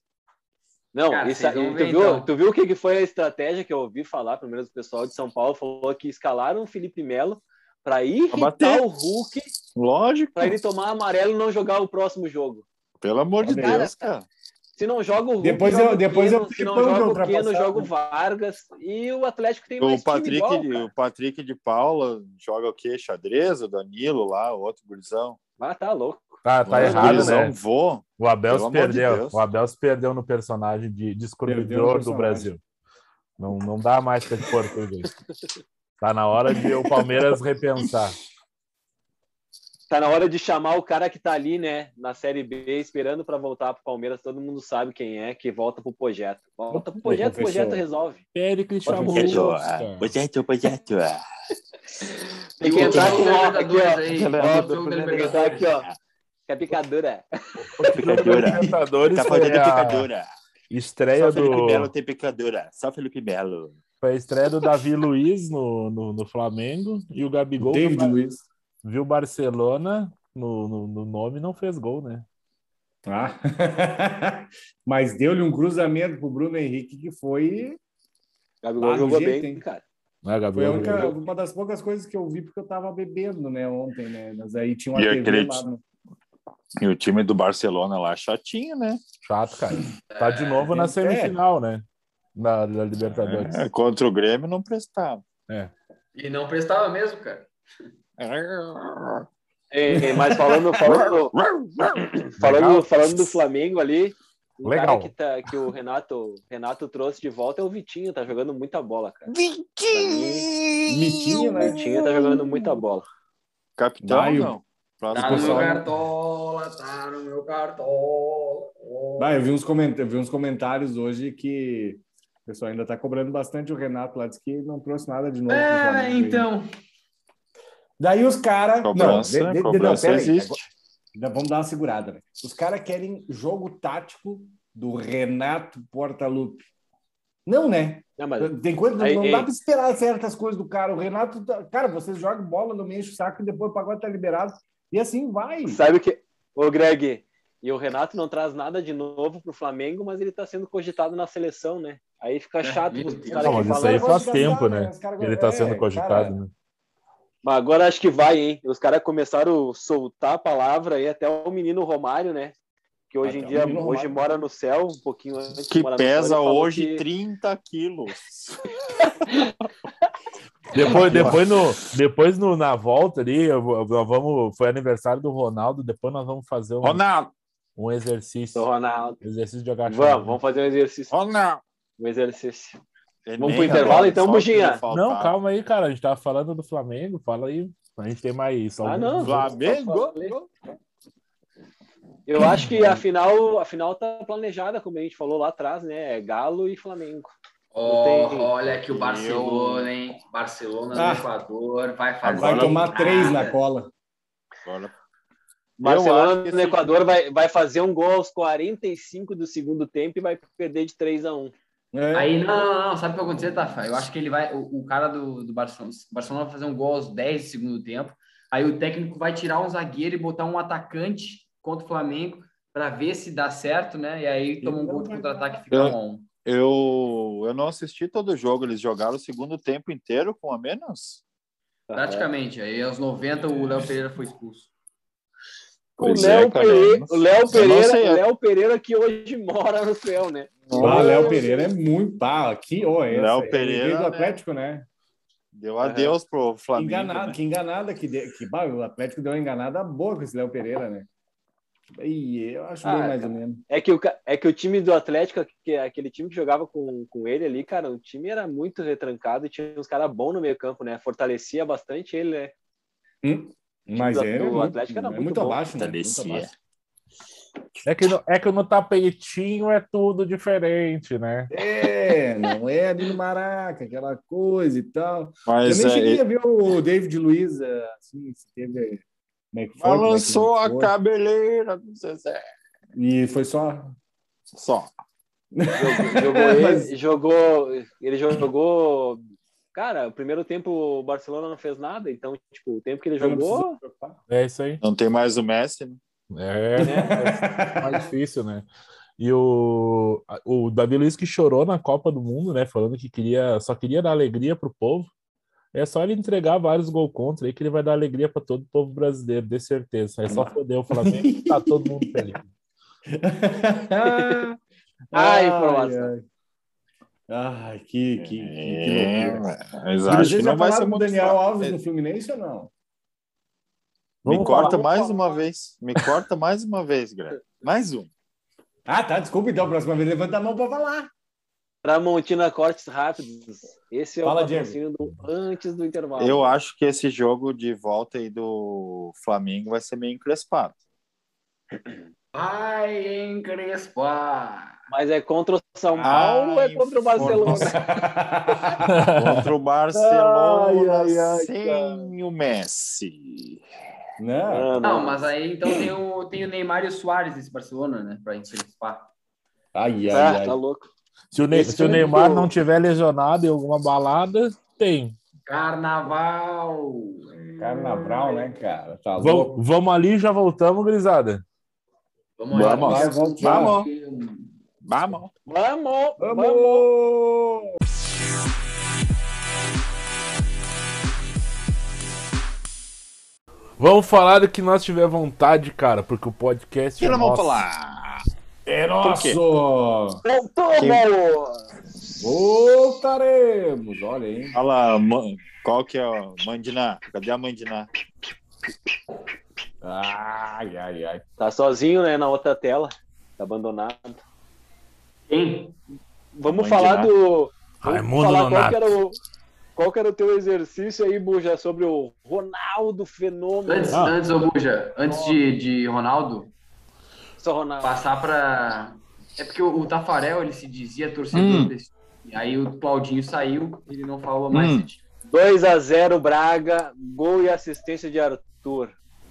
E: Não,
D: Cara,
E: isso
D: vocês
E: aí,
D: vão
E: tu,
D: ver,
E: viu,
D: então.
E: tu viu o que, que foi a estratégia que eu ouvi falar, pelo menos o pessoal de São Paulo falou que escalaram o Felipe Melo para irritar
B: bater.
E: o Hulk,
B: Lógico,
E: para ele tomar amarelo e não jogar o próximo jogo.
B: pelo amor de
E: Cara,
B: Deus, cara.
E: Se não joga o Hulk,
F: Depois
E: joga
F: eu-
E: o
F: depois eu um
E: Keno, se não
F: fico tão de
E: joga o
F: ultrapassado.
E: Keno, joga o Vargas e o Atlético tem mais
B: O
E: time
B: Patrick,
E: igual,
B: de,
E: cara.
B: o Patrick de Paula joga o quê? Xadrez? O Danilo lá, o outro gurizão.
E: Ah, tá louco.
C: Tá, tá
B: O
C: errado,
B: gurizão
C: né?
B: voa.
C: O Abel
B: Pelo
C: se
B: amor de
C: perdeu.
B: Deus.
C: o Abel se perdeu no personagem de
F: Perdeu no
C: descobridor do
F: personagem.
C: Brasil. Não, não dá mais pra ele pôr tudo isso. Tá na hora de o Palmeiras repensar.
E: Tá na hora de chamar o cara que tá ali, né, na Série B, esperando para voltar pro Palmeiras. Todo mundo sabe quem é, que volta pro projeto. Volta pro projeto, o projeto
F: professor.
E: resolve.
C: Péricles chamou.
B: ah, Projeto, projeto.
E: Tem que
D: o
E: entrar
D: jogo
E: com
D: da
E: ó,
D: Libertadores
E: aqui, ó.
D: aí, o
E: Tem um
D: jogo da
E: que
D: Libertadores.
E: entrar aqui, ó.
B: ah,
E: Que é picadura.
F: Ah,
C: Libertadores foi a estreia do,
B: tem picadura. Só Felipe Melo.
C: foi a estreia do Davi Luiz no, no, no Flamengo e o Gabigol
F: David
C: viu,
F: Luiz.
C: viu Barcelona no, no, no nome e não fez gol, né?
F: Ah. Mas deu-lhe um cruzamento pro Bruno Henrique que foi,
E: Gabigol
F: Ah, do
E: jogou
F: jeito,
E: bem,
F: hein?
E: cara.
C: Não é,
F: foi a
C: Gabriel?
F: única, uma das poucas coisas que eu vi porque eu tava bebendo, né, ontem, né? Mas aí tinha uma
B: E
F: TV
B: aquele-
F: lá no...
B: E o time do Barcelona lá, chatinho, né?
C: é Chato, cara. Tá de novo na
F: É.
C: semifinal, né? Na, na Libertadores.
B: É, contra o Grêmio não prestava.
D: E não prestava mesmo, cara.
B: É.
E: Ei, mas falando, falando, falando, falando do Flamengo ali, o cara
C: Legal.
E: que, tá, que o Renato, Renato trouxe de volta é o Vitinho, tá jogando muita bola, cara.
F: Mitinho,
E: O
F: né?
E: Vitinho tá jogando muita bola.
B: Capitão,
F: Vai,
B: não.
D: Tá
B: Próximo
D: no meu
B: salve.
D: cartola, tá no meu cartola. Oh.
F: Ah, eu vi uns, coment... eu vi uns comentários hoje que o pessoal ainda tá cobrando bastante o Renato lá, disse que não trouxe nada de novo. pro
D: É,
F: Flamengo ainda.
D: então.
F: Daí os caras.
B: Cobrança, cobrança existe.
F: Ainda Vamos dar uma segurada, né? Os caras querem jogo tático do Renato Portaluppi. Não, né?
E: Não, mas
F: Tem coisa,
E: Aí,
F: não
C: é.
E: ei.
F: dá pra esperar certas coisas do cara. O Renato, tá- cara, vocês jogam bola, não me enche o saco e depois o pagode tá liberado. E assim vai.
E: sabe o que. Ô, Greg, e o Renato não traz nada de novo pro Flamengo, mas ele tá sendo cogitado na seleção, né? Aí
F: É,
E: fica chato
D: meu
E: os
D: Deus.
E: caras
C: Não,
E: que
C: mas isso
E: falam.
C: aí
F: Os caras
C: faz
F: gostam de
C: tempo,
F: gastar,
C: né?
F: Os caras
C: Ele
F: gostam-
C: tá
F: é,
C: sendo
F: cara,
C: cogitado, né?
E: Mas agora acho que vai, hein? Os caras começaram a soltar a palavra aí, até o menino Romário, né? Que hoje
F: Até
E: em
F: o
E: dia
F: menino
E: hoje
F: Romário.
E: mora no céu, um pouquinho antes. de
B: Que
E: morar no céu, ele
B: pesa
E: falou
B: hoje
E: que-
B: 30 quilos.
C: Depois, depois, no, depois no, na volta ali, eu vou- nós vamos, foi aniversário do Ronaldo, depois nós vamos fazer um,
B: Ronaldo,
C: um exercício.
E: Do Ronaldo.
C: Exercício de agachamento.
E: Vamos, vamos fazer um exercício.
B: Ronaldo.
E: Um exercício.
B: Ele
E: Vamos
B: É nem
E: pro intervalo,
B: adora,
E: então,
B: só o que
E: Buginha?
B: lhe faltava.
C: Não, calma aí, cara. A gente tava falando do Flamengo, fala aí. A gente tem mais. só
E: Ah,
C: um-
E: não.
B: Flamengo?
E: Eu acho que a final, a final tá planejada, como a gente falou lá atrás, né? É Galo e Flamengo.
D: Oh,
E: tem-
D: olha aqui o Barcelona, hein? Barcelona
F: Ah.
D: no Equador, vai fazer. Ah.
F: Vai tomar três na
D: nada.
F: cola.
B: Agora, acho
E: Barcelona é
B: que
E: no
B: esse-
E: Equador vai, vai fazer um gol aos 45 do segundo tempo e vai perder de 3 a 1
F: É.
D: Aí, não, não, não, sabe o que vai acontecer, Tafa? Eu acho que ele vai, o, o cara do, do Barcelona, o Barcelona vai fazer um gol aos 10 do segundo tempo, aí o técnico vai tirar um zagueiro e botar um atacante contra o Flamengo para ver se dá certo, né? E aí toma um gol de contra-ataque e fica
B: Eu-
D: um a um.
B: eu, eu não assisti todo o jogo. Eles jogaram o segundo tempo inteiro com a menos?
D: Praticamente. Aí aos 90 o Léo Pereira foi expulso.
E: O
B: Pois é,
E: Léo
B: cara.
E: Pereira, o Léo Pereira,
B: sei, é.
E: o
B: eu-
E: Léo Pereira que hoje mora no céu, né?
F: Ah, Léo Pereira é muito. Pá, aqui, ó. essa
B: Léo
F: é a
B: Pereira,
F: do
B: né?
F: Atlético, né?
B: Deu adeus pro
F: Que
B: Flamengo.
F: enganada,
B: né?
F: que enganada que, de, que bah, o Atlético deu uma enganada boa com esse Léo Pereira, né? E eu acho
E: Ah,
F: bem mais
E: cara.
F: ou menos.
E: É que o, ca- é que o time do Atlético, que é aquele time que jogava com, com ele ali, cara, o time era muito retrancado e tinha uns caras bons no meio campo, né? Fortalecia bastante ele, né?
F: Mas
E: do-
F: é,
E: do
F: muito-
E: Atlético era
F: é
E: muito
F: muito
E: bom.
F: abaixo, né?
B: Fortalecia.
F: Muito abaixo.
C: É, que no, é que no tapetinho é tudo diferente, né?
F: É, não é ali no Maraca, aquela coisa e tal.
B: Mas
F: eu nem
B: é,
F: cheguei a ver o David Luiz, eh, assim, se teve. Como é que foi? como é que
B: balançou
F: não
B: a
F: foi.
B: cabeleira do Zezé.
F: E foi só.
B: Só.
E: Jogou, jogou ele, jogou, ele jogou. Cara, o primeiro tempo o Barcelona não fez nada, então, tipo, o tempo que ele
F: Eu não
E: jogou,
F: preciso preocupar.
C: É isso aí.
B: Não tem mais o Messi, né?
C: É, é mais difícil, né? E o, o Davi Luiz que chorou na Copa do Mundo, né? Falando que queria, só queria dar alegria pro povo. É só ele entregar vários gols contra aí que ele vai dar alegria para todo o povo brasileiro, de certeza. É só foder o Flamengo que tá todo mundo feliz.
E: Ai, Frosta.
F: ai. Ai, que, que, que, que
B: É,
F: loucura.
B: mas
F: Vocês
B: acho que
F: já
B: não vai ser
F: falaram do
B: muito
F: Daniel
B: fácil.
F: Alves né? no Fluminense ou não?
B: Me
C: Vamos
B: corta
E: falar,
B: mais
E: vamos
B: uma vez. Me corta mais uma vez, Greg. Mais um.
F: Ah, tá, desculpa, então, próxima vez levanta a mão pra falar.
E: Tramontina Cortes Rápidos. Esse é
F: Fala,
E: o patrocínio do antes do intervalo.
B: Eu acho que esse jogo de volta aí do Flamengo vai ser meio encrespado.
D: Vai encrespar.
E: Mas é contra o São
B: Ah,
E: Paulo ou é contra o Barcelona?
B: informação. Contra o Barcelona
F: Ai, ai, ai,
B: sem o Messi.
F: Não.
E: Ah,
D: Não, mas aí então tem o, tem o Neymar e o Soares nesse Barcelona, né? Pra encrespar.
F: Ai,
E: Ah,
F: ai,
E: tá
F: ai.
E: louco.
C: Se o, Ne-
E: Esse é
C: se o
E: filme
C: Neymar
E: do-
C: não tiver lesionado em alguma balada, tem.
D: Carnaval.
F: Carnaval, né, cara? Tá louco.
C: Vamos, vamos ali e já voltamos, grisada.
D: Vamos lá.
B: Vamos.
F: Vai, vamos. Vamos.
B: Vamos.
E: Vamos! Vamos!
F: Vamos!
C: Vamos falar do que nós tiver vontade, cara, porque o podcast.
B: Que
C: é
B: não vamos
C: nosso.
B: falar?
F: É
B: quê?
F: nosso!
E: Voltamos!
F: Voltaremos! Olha aí.
B: Fala, man- qual que é o Mandiná? Cadê a Mandiná?
F: Ai, ai, ai.
E: Tá sozinho, né, na outra tela. Tá abandonado.
D: Quem?
B: Vamos
E: Vamos falar
B: girar.
E: do... Vamos
C: Raimundo
E: falar qual
C: Nonato.
E: que, era o... qual que era o teu exercício aí, Buja, sobre o Ronaldo Fenômeno.
D: Antes,
C: Ah.
D: antes, ô Buja, antes de, de Ronaldo,
E: Só Ronaldo.
D: passar pra. É porque o, o Tafarel ele se dizia torcedor
B: Hum.
D: desse time. Aí o Claudinho saiu, ele não falou mais.
B: Hum.
D: desse time.
E: 2x0 Braga, gol e assistência de Arthur.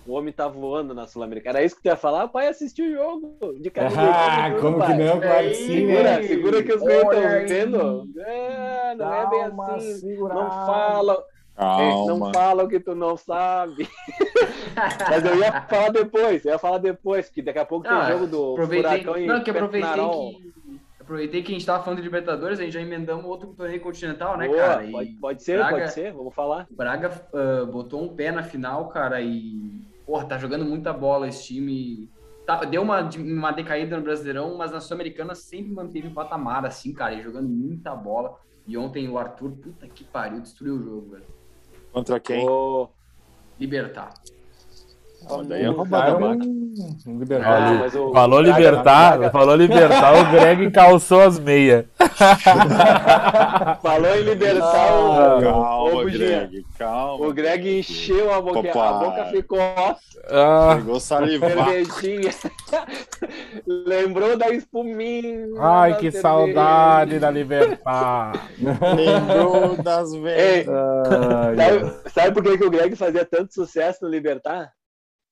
E: O homem tá voando na Sul-Americana. Era isso que tu ia falar? Pai, assistiu o jogo. De carinho
F: Ah,
E: doidado,
F: como que
E: pai.
F: não? Claro que sim, né?
E: tá Segura, segura que os
D: Olha
E: meus estão
D: aí.
E: vendo. É, não é bem assim. Não fala, é, não
B: Calma.
E: fala o que tu não sabe. Mas eu ia falar depois, eu ia falar depois, que daqui a pouco
D: Não,
E: tem jogo
D: Ah,
E: do
D: Aproveitei,
E: Furacão e
D: não, que aproveitei
E: Penarol.
D: que, aproveitei que a gente tava falando de Libertadores, a gente já emendamos outro torneio continental, né,
E: Boa,
D: cara? E
E: pode, pode ser,
D: Braga-
E: pode ser, vamos falar.
D: o Braga ah, botou um pé na final, cara, e. Porra, tá jogando muita bola esse time. Tá- deu uma, de- uma decaída no Brasileirão, mas na Sul-Americana sempre manteve o patamar, assim, cara, e jogando muita bola. E ontem o Arthur, puta que pariu, destruiu o jogo, velho.
B: Contra quem?
E: Ô,
D: Libertar.
B: Ah, daí é
E: o-
B: roubada,
F: Cara,
B: Braga.
F: Tá um- um
E: Ah,
F: liberal.
E: mas o
C: Falou
E: Braga-
C: libertar,
E: Braga-
C: falou libertar, o Greg calçou as meias.
E: Falou em libertar
C: Ah,
E: o-
B: Calma,
E: Ô, Bugia.
B: Greg. Calma.
E: o, Greg encheu a boca, a
B: Papai.
E: boca ficou
C: Ah,
B: Pegou salivado.
E: cervejinha. Lembrou da espuminha.
C: ai,
E: da
C: que
E: cerveja.
C: saudade da libertar.
B: Lembrou das
E: Ei,
B: velhas.
F: Ai, ai.
E: sabe, sabe por que, que o Greg fazia tanto sucesso no Libertar?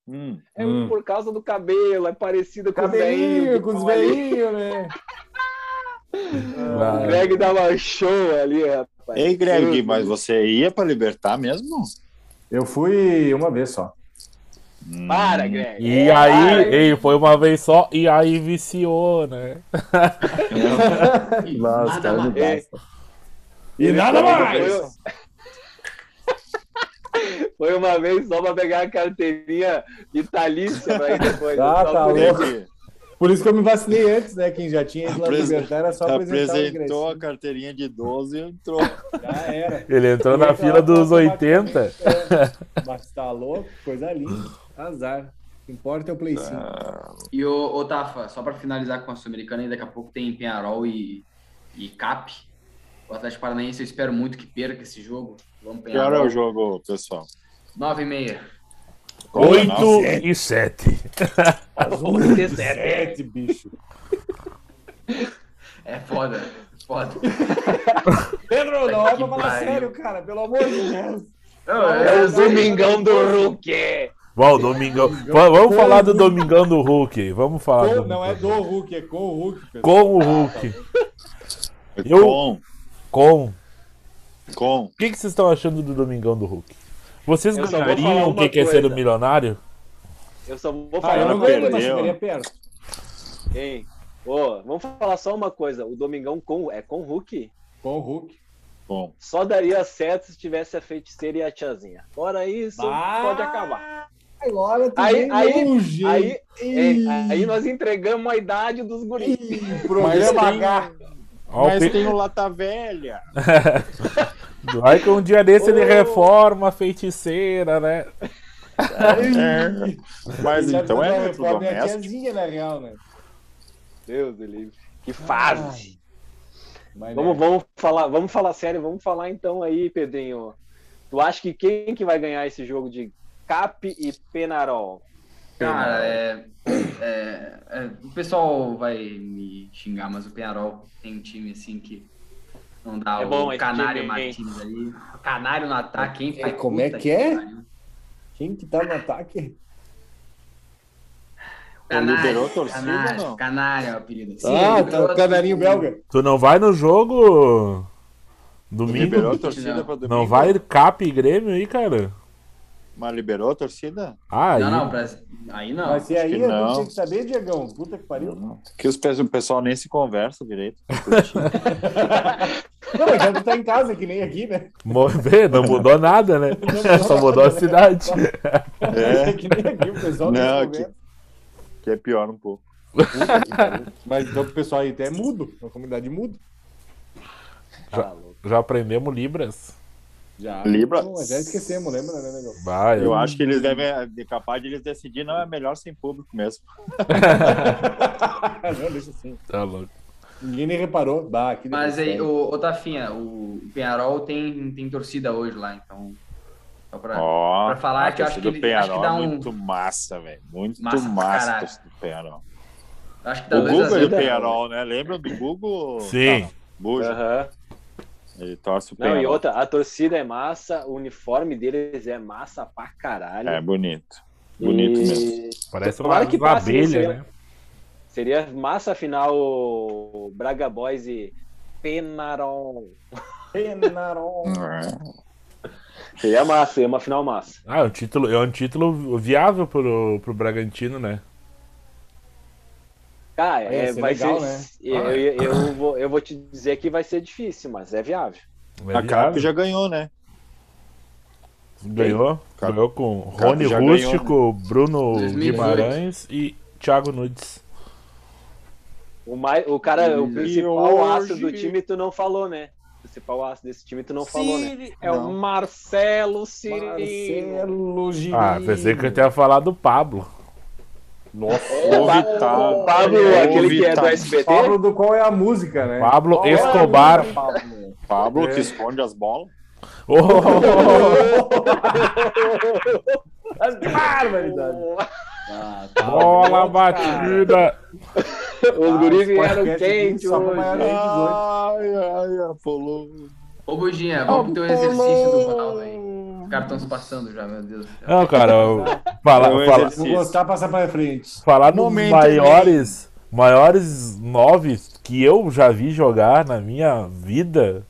B: Hum.
E: É
F: Hum.
E: por causa do cabelo, é parecido com
F: Cabelinho,
E: o
F: com os
E: velhinhos.
F: veinhos, né?
E: O
C: Ah,
E: Greg dava show ali, rapaz.
B: Ei, Greg,
E: Tudo.
B: mas você ia pra libertar mesmo?
F: Eu fui uma vez só.
B: Hum.
E: Para, Greg. É,
C: E aí, ei, foi uma vez só, e aí viciou, né?
D: E
F: Nossa,
D: nada
F: cara, não
D: mais.
E: É.
F: basta. E nada mais!
E: Foi- Foi uma vez só pra pegar a carteirinha vitalícia pra ir depois.
F: Ah,
E: Só
F: tá
E: por
F: louco.
B: Greg
F: Por isso que eu me vacinei antes, né? Quem já tinha ido lá no
B: Apres-
F: libertar era só apresentar o
B: apresentou
F: ingresso.
B: a carteirinha de 12 e entrou.
F: Já era.
C: Ele entrou na
F: Entra lá
C: fila dos
F: pra tomar
C: 80.
F: É, Mas tá louco, coisa linda. Azar. O que Importa é o Play 5.
D: E o, o Tafa, só pra finalizar com a Sul-Americana, e daqui a pouco tem Penharol e, e Cap. O Atlético Paranaense, eu espero muito que perca esse jogo. Vamos
B: Que hora é o
D: Penharol.
B: jogo, pessoal?
D: 9 e meia.
C: 8 e 7.
F: Sete, bicho.
D: É foda, é foda.
F: Pedro, não
D: Ai, que
F: é pra falar
D: pariu.
F: sério, cara. Pelo amor de Deus.
D: Não,
E: É
D: eu-
E: o Domingão do Hulk.
C: Bom, o Domingão. Va- Vamos falar do Domingão do Hulk. Vamos falar
F: Com-
C: do
F: não é do
C: Domingão.
F: Hulk, é com o Hulk. pessoal.
C: Com o Hulk. Eu-
B: É Com,
C: Com.
B: com.
C: O que, que vocês estão achando do Domingão do Hulk? Vocês
E: Eu só vou falar
C: ganhariam o
E: uma
C: que que é ser
E: coisa.
C: um milionário?
E: Eu só vou
F: Ah, eu
E: falar
F: não
E: uma
F: ganhei,
E: coisa.
F: mas
B: perdeu.
F: chegaria perto.
E: Hein? Ô, vamos falar só uma coisa. O Domingão com, é com o Hulk?
F: Com o Hulk.
B: com.
E: Só daria certo se tivesse a feiticeira e a tiazinha. Fora isso, pode acabar.
F: Agora tu
E: Aí-
F: vem
E: aí-
F: longe.
E: aí-
F: Ih,
E: Hein? É, aí nós entregamos a idade dos guris.
F: ih,
B: Mas
F: Um programa
B: tem-
F: H.
C: Ó, o
B: Mas
C: Pe-
B: tem o Lata Velha.
C: Vai que um dia desse ele
E: Ô.
C: reforma a feiticeira, né?
B: É. Mas
F: Já
B: então
F: tá na
B: é
F: reforma, é a
B: doméstico.
F: tiazinha, na real, né?
E: Deus do livre. Que fase.
F: Mas,
E: né? Vamos,
F: né,
E: vamos, falar, vamos falar sério, vamos falar então aí, Pedrinho. Tu acha que quem que vai ganhar esse jogo de Cap e Penarol?
D: Cara, é, é- é- o pessoal vai me xingar, mas o Penarol tem um time assim que não dá
E: É
D: o
E: bom esse
D: Canário
E: time, hein?
D: Martins ali. Canário no ataque, hein?
F: É,
D: pai?
F: como é
D: Puta
F: que é?
D: pariu.
F: Quem que tá no ataque?
B: Liberou
D: Canário,
B: a torcida ou não?
D: canário, canário é o apelido. Sim,
F: ah,
D: liberou
F: tá
D: a
F: o canarinho
D: torcida.
F: belga.
C: Tu não vai no jogo domingo?
B: Liberou a torcida
D: Não.
B: pra domingo?
C: Não vai Cap e Grêmio aí, cara?
B: Mas liberou a torcida?
C: Ah,
D: Não,
C: aí-
D: não, pra- aí não.
F: Mas se
B: acho
F: aí
B: que
F: eu
B: não.
F: não tinha que saber, Diegão. Puta que pariu.
B: Que os pe- o pessoal nem se conversa direito.
F: Não, mas já tu tá em casa, que nem aqui, né?
C: Mo- vê, não mudou nada, né? Só mudou a cidade.
B: É.
F: que nem aqui, o pessoal
B: Não,
F: não,
B: aqui-
F: conversa.
B: Que é pior um pouco.
F: Mas então o pessoal aí até é mudo, uma comunidade muda.
E: Tá louco.
C: Já aprendemos Libras.
F: Já.
D: é
B: Libra.
F: Pô, já esquecemos, lembra, né, negão?
C: Vai,
B: Eu acho que eles devem, é capaz de eles decidir, não, é melhor sem público mesmo.
F: Ah, não, deixa assim.
C: Tá louco.
F: Ninguém nem reparou. Bah, que
D: Mas aí,
F: negócio.
D: o, Tafinha, o Penarol tem, tem torcida hoje lá, então. Só pra,
B: Ó,
D: pra falar
B: a
D: que eu acho que,
B: torcida do
D: ele, acho que
B: Penharol
D: dá
B: é
D: um.
B: muito massa, velho. Muito
D: Massa pra
B: massa a
D: caralho.
B: torcida do Penharol.
D: Acho que dá
B: O
D: 2 a
B: Google é do
D: 0.
B: Penharol, né? Lembra do Google?
C: Sim.
B: Buja.
E: Aham.
B: Ele torce o
E: Não, e
B: Penharol.
E: outra, a torcida é massa, o uniforme deles é massa pra caralho.
B: É bonito. Bonito
E: E
B: mesmo.
C: Parece
E: Tomara
C: uma
E: que passe isso aí,
C: abelha, né?
E: Seria massa afinal Braga Boys e Penarol.
F: Penarol.
B: É.
E: Seria massa, seria uma final massa.
C: Ah, é um título, é um título viável pro, pro Bragantino, né?
E: Cara,
F: Vai
E: é,
F: ser
E: vai
F: legal,
E: ser.
F: né?
E: Eu, eu, eu vou, eu vou te dizer que vai ser difícil, mas é viável.
C: É
B: A Cap
C: viável.
B: já ganhou, né?
C: Ganhou.
B: Cap-
C: Ganhou com
B: Cap
C: Rony
B: já ganhou,
C: Rústico, Bruno
D: 2018.
C: Guimarães e Thiago Nudes.
E: O, mai, o cara, o
D: E
E: principal
B: hoje-
E: aço do time, tu não falou, né? O principal aço desse time, tu não falou, né? É
F: Não.
E: o Marcelo Cirino.
F: Marcelo Girini.
C: Ah, pensei que eu tinha falado do Pablo.
B: Nossa,
E: Ô, Ba- O É, Pablo,
B: É,
E: aquele
B: o
E: que é do
B: Vital.
E: SBT?
F: Pablo do qual é a música, né?
C: Pablo
F: Qual é a
C: Escobar.
F: música, Pablo?
B: Pablo
E: É.
B: que esconde as bolas.
C: Oh,
F: Que barbaridade. Ah, tá
C: bola
F: louco, cara.
C: batida.
E: Os
F: Ah,
E: guris
F: esse
E: vieram
F: podcast
E: quente
F: aqui só pra
E: hoje.
F: maior-
B: ai, Apolo.
D: Ô, Budinha, vamos pro teu exercício do Ronaldo aí. Os caras estão se passando já, meu Deus. do céu.
C: Não, cara, eu- fala,
B: Eu
C: fala,
F: Vou
B: Isso.
F: gostar, passar pra frente.
C: falar dos
B: Momento
C: maiores, maiores nove que eu já vi jogar na minha vida,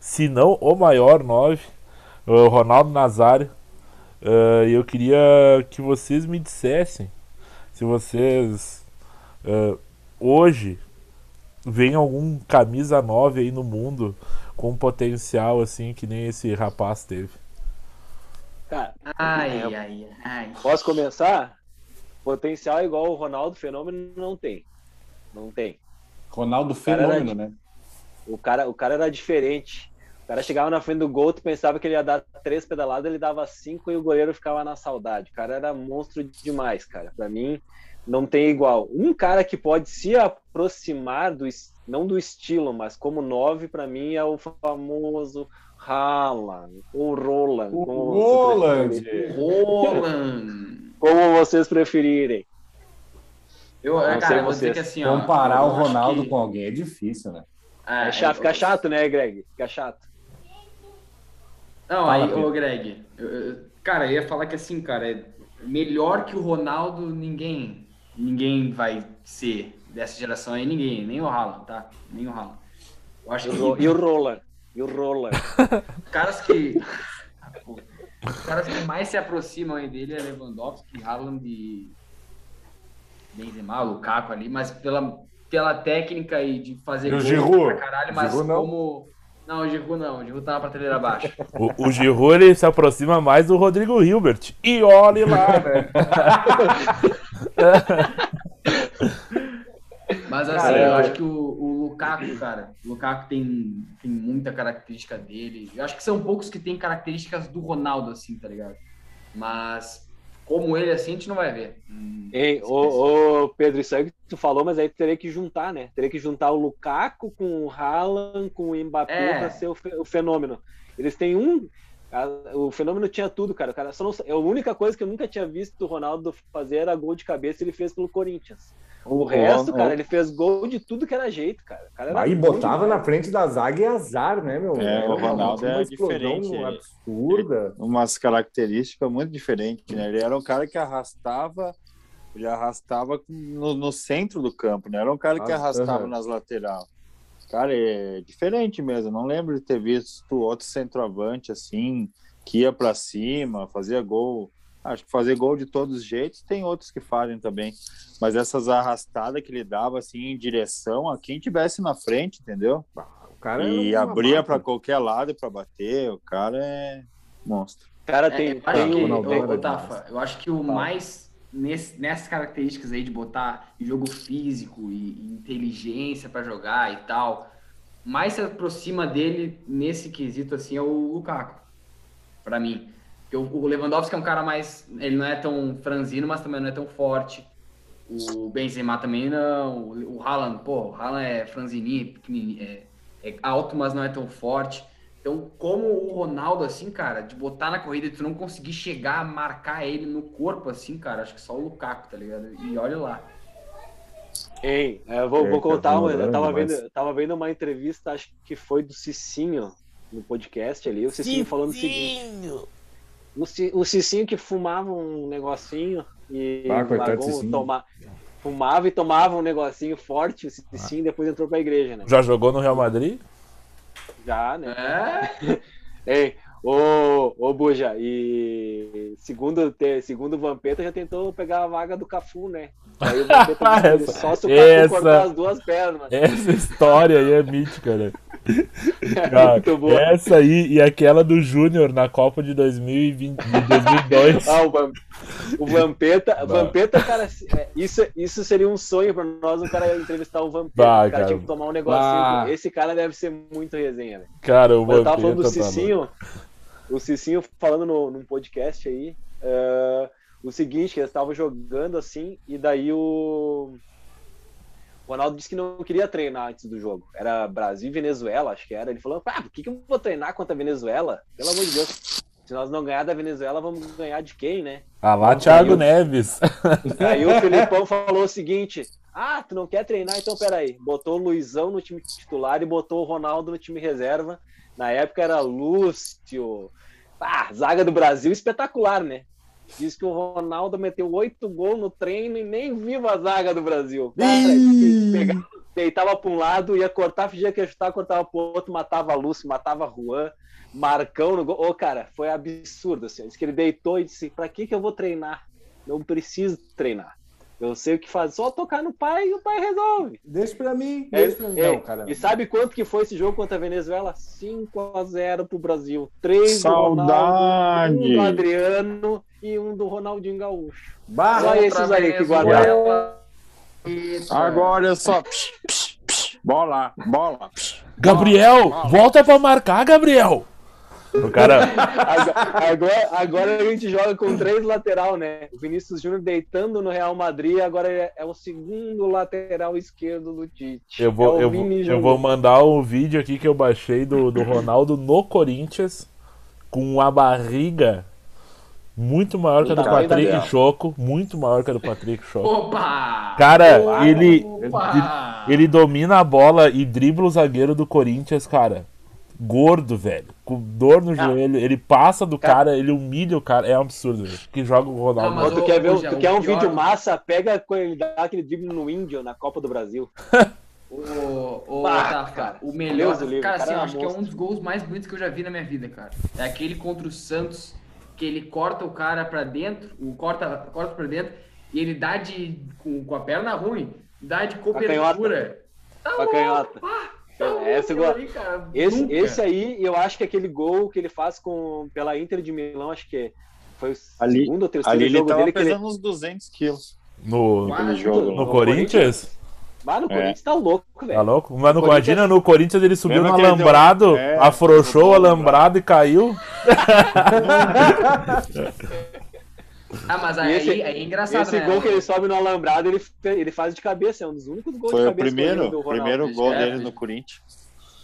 C: se não o maior nove, o Ronaldo Nazário. Ah, E eu queria que vocês me dissessem se vocês ah, hoje veem algum camisa 9 aí no mundo com potencial assim que nem esse rapaz teve.
E: Cara,
D: Ai,
F: É.
D: ai, ai.
E: posso começar? Potencial igual o Ronaldo Fenômeno não tem. Não tem.
F: Ronaldo
E: Cara,
F: Fenômeno, né?
E: O cara, o cara era diferente. O cara chegava na frente do gol, tu pensava que ele ia dar três pedaladas, ele dava cinco e o goleiro ficava na saudade. O cara era monstro demais, cara. Pra mim, não tem igual. Um cara que pode se aproximar do es- não do estilo, mas como nove, pra mim é o famoso Haaland ou Roland.
F: O
E: como você
F: Roland.
E: preferir.
D: Roland.
E: Como vocês preferirem.
D: Eu,
E: Não sei
D: cara, eu vou dizer
E: vocês.
D: que assim, ó.
F: Comparar
D: eu
F: o
D: acho
F: Ronaldo
D: que-
F: com alguém é difícil, né?
D: Ah,
E: É chato,
D: eu-
E: fica chato, né, Greg? Fica chato.
D: Não,
F: Fala,
D: aí,
F: Pedro.
D: ô Greg, eu- eu- cara, eu ia falar que assim, cara, é- melhor que o Ronaldo, ninguém, ninguém vai ser dessa geração aí, ninguém, nem o Haaland, tá? Nem o Haaland. Eu acho
E: E
D: que
E: o, ro- e o Roller. E o Roller.
D: caras que. Os caras que mais se aproximam aí dele é Lewandowski, Haaland e Benzema, Lukaku ali, mas pela, pela técnica aí de fazer
G: E o
D: gol
G: Giroud?
D: pra caralho, mas
G: Giroud não?
D: como... Não, o Giroud não, o Giroud tá na prateleira abaixo.
C: O, o Giroud ele se aproxima mais do Rodrigo Hilbert. E olhe lá, né?
D: Mas assim, eu
G: é.
D: acho que o, o Lukaku, cara, o Lukaku tem, tem muita característica dele. Eu acho que são poucos que têm características do Ronaldo, assim, tá ligado? Mas como ele, assim, a gente não vai ver.
G: é
D: Hum,
E: Ei, ô, ô, Pedro, isso aí que tu falou, mas aí teria que juntar, né? Teria que juntar o Lukaku com o Haaland, com o Mbappé
D: É.
E: pra ser o, fe- o fenômeno. Eles têm um. a- o fenômeno tinha tudo, cara. O cara só não, é a única coisa que eu nunca tinha visto o Ronaldo fazer era gol de cabeça ele fez pelo Corinthians. O, resto, cara, ele fez gol de tudo que era jeito, cara. O cara era
G: Aí
E: bom
G: botava
E: demais.
G: na frente da zaga e azar, né, meu?
B: É,
G: Era
B: o
G: uma-
B: Ronaldo
G: uma
B: é
G: explosão
B: diferente, ele-
G: absurda.
B: umas características muito diferentes, né? Ele era um cara que arrastava, ele arrastava no, no centro do campo, né? Era um cara que
G: Ah,
B: arrastava
G: aham.
B: nas laterais. Cara, é diferente mesmo. Não lembro de ter visto outro centroavante assim, que ia pra cima, fazia gol. Acho que fazer gol de todos os jeitos tem outros que fazem também. Mas essas arrastadas que ele dava assim em direção a quem tivesse na frente, entendeu?
G: O cara era um né?
B: e
G: uma
B: abria pra
G: máquina.
B: qualquer lado pra bater. O cara é monstro.
E: Cara,
D: É,
E: tem,
D: eu acho
E: tem
D: que,
E: um-
G: Ronaldão
D: ô,
G: era
D: ô,
G: demais.
D: Tafa, eu acho que o mais nesse- nessas características aí de botar jogo físico e, e inteligência pra jogar e tal, mais se aproxima dele nesse quesito assim é o Lukaku, pra mim. Porque o, o Lewandowski é um cara mais, ele não é tão franzino, mas também não é tão forte. O Benzema também não. O o Haaland, pô, o Haaland é franzininho, pequenininho, é, é alto, mas não é tão forte. Então, como o Ronaldo, assim, cara, de botar na corrida e tu não conseguir chegar a marcar ele no corpo, assim, cara, acho que só o Lukaku, tá ligado? E olha lá.
E: Hein, eu vou,
G: É,
E: vou
G: cara,
E: contar, uma- eu
G: demorando,
E: tava vendo,
G: mas-
E: eu tava vendo uma entrevista, acho que foi do Cicinho, no podcast ali, o Cicinho, falando o seguinte. O, Ci- o Cicinho que fumava um negocinho e
G: Ah, coitado do
E: largou, um
G: Cicinho.
E: toma- fumava e tomava um negocinho forte, o Cicinho depois entrou pra igreja, né?
C: Já jogou no Real Madrid?
E: Já, né?
D: É,
E: Ei, ô, ô Buja, e segundo, te- segundo o Vampeta já tentou pegar a vaga do Cafu, né? Aí o Vampeta disse,
C: Essa-
E: só se o Cafu
C: essa-
E: cortar as duas pernas.
C: Essa história aí é mítica, né?
E: É
C: Cara,
E: muito boa.
C: Essa aí e aquela do Júnior na Copa de 2020, de 2002.
E: Ah, o, Vam- o Vampeta,
C: Bah.
E: Vampeta, cara, é, isso, isso seria um sonho pra nós, um cara entrevistar o Vampeta, o
C: Bah,
E: cara,
C: cara.
E: tinha que tomar um negocinho.
G: Bah.
E: Esse cara deve ser muito resenha, né?
C: Cara, o
E: Mas eu tava falando do
C: Vampeta tá louco.
E: Cicinho, o Cicinho falando no, num podcast aí, eh, o seguinte, que eles estavam jogando assim, e daí o... o Ronaldo disse que não queria treinar antes do jogo. Era Brasil e Venezuela, acho que era. Ele falou, ah, por que, que eu vou treinar contra a Venezuela? Pelo amor de Deus. Se nós não ganhar da Venezuela, vamos ganhar de quem, né?
C: Ah lá, Thiago
E: eu-
C: Neves.
E: Aí o Filipão falou o seguinte: Ah, tu não quer treinar? Então peraí. Botou o Luizão no time titular e botou o Ronaldo no time reserva. Na época era Lúcio. Ah, zaga do Brasil espetacular, né? Diz que o Ronaldo meteu oito gols no treino e nem viu a zaga do Brasil. Cara, que pegava, deitava para um lado, ia cortar, fingia que ia chutar, cortava pro outro, matava Lúcio, matava Juan, Marcão no gol. Ô, cara, foi absurdo. Assim. Diz que ele deitou e disse: assim, Pra que, que eu vou treinar? Não preciso treinar. Eu sei o que fazer, só tocar no pai e o pai resolve.
G: Deixa pra mim,
E: É,
G: deixa pra mim.
E: é,
G: Não, cara.
E: E sabe quanto que foi esse jogo contra a Venezuela? 5 a 0 pro Brasil. 3 do Ronaldo, um do
B: Saudade!
E: Adriano e um do Ronaldinho Gaúcho. Só
G: Barra,
E: esses aí que
D: Venezuela.
E: guardaram.
D: Eita.
B: Agora eu só. Psh, psh, psh. Bola, bola.
C: Gabriel, volta pra marcar, Gabriel! O cara.
E: Agora, agora- agora a gente joga com três lateral, né? O Vinícius Júnior deitando no Real Madrid, agora é, é o segundo lateral esquerdo do Tite.
C: Eu vou,
E: É o
C: eu, vou,
E: Vini
C: eu
E: jogando.
C: vou mandar um vídeo aqui que eu baixei do, do Ronaldo no Corinthians com a barriga muito maior que a do
E: Do tamanho da
C: Patrick
E: dela.
C: Choco. Muito maior que a do Patrick Choco.
D: Opa!
C: Cara,
D: Opa!
C: ele-
D: Opa! Ah.
C: Ele domina a bola e dribla o zagueiro do Corinthians, cara. gordo, velho, com dor no joelho, ele passa do cara, ele humilha o cara, é um absurdo, velho. Que joga o Ronaldo.
D: Não,
E: Pô,
D: mas
E: tu
D: o-
E: quer, ver,
D: hoje é
E: tu
D: o
E: quer um
D: pior-
E: vídeo massa? Pega quando ele dá aquele drible no índio na Copa do Brasil.
D: O, o,
E: Bah,
D: Tafa,
E: cara.
D: o melhor.
E: Deus o livre,
D: cara,
E: o cara
D: assim, eu
E: é
D: acho que é
E: monstro.
D: um dos gols mais bonitos que eu já vi na minha vida, cara. É aquele contra o Santos, que ele corta o cara pra dentro, o corta, corta pra dentro, e ele dá de. com, com a perna ruim, dá de cobertura. Tá
E: Com a
D: louco,
E: canhota.
D: pá, tá
E: É,
D: louco
E: esse
D: aquilo
E: gol-
D: aí, cara,
E: Esse,
D: nunca.
E: esse aí, eu acho que é aquele gol que ele faz com, pela Inter de Milão, acho que é. foi o
B: Ali-
E: segundo ou terceiro
B: Ali ele
E: jogo
B: tava
E: dele. Que ele...
B: pesando uns 200 quilos
C: No,
D: Quase
B: naquele
D: tudo.
B: jogo.
C: no
B: lá.
C: Corinthians?
E: Mano,
B: É.
E: o Corinthians tá louco,
C: Tá
E: velho.
C: louco? Mas no,
E: O Corinthians-
C: imagina, no Corinthians ele subiu
B: Lembra
C: no
B: que ele deu-
C: alambrado,
B: É,
C: afrouxou o
B: jogou no
C: alambrado e caiu.
D: Ah, mas
E: E
D: aí,
E: esse-
D: aí é
B: Tá
D: engraçado,
E: Esse
D: né?
E: gol que ele sobe no alambrado, ele, ele faz de cabeça. É um dos únicos gols
B: Foi
E: de
B: o
E: cabeça que eu lembro
B: primeiro,
E: do Ronaldo.
B: primeiro gol
D: É,
B: dele
D: foi.
B: no Corinthians.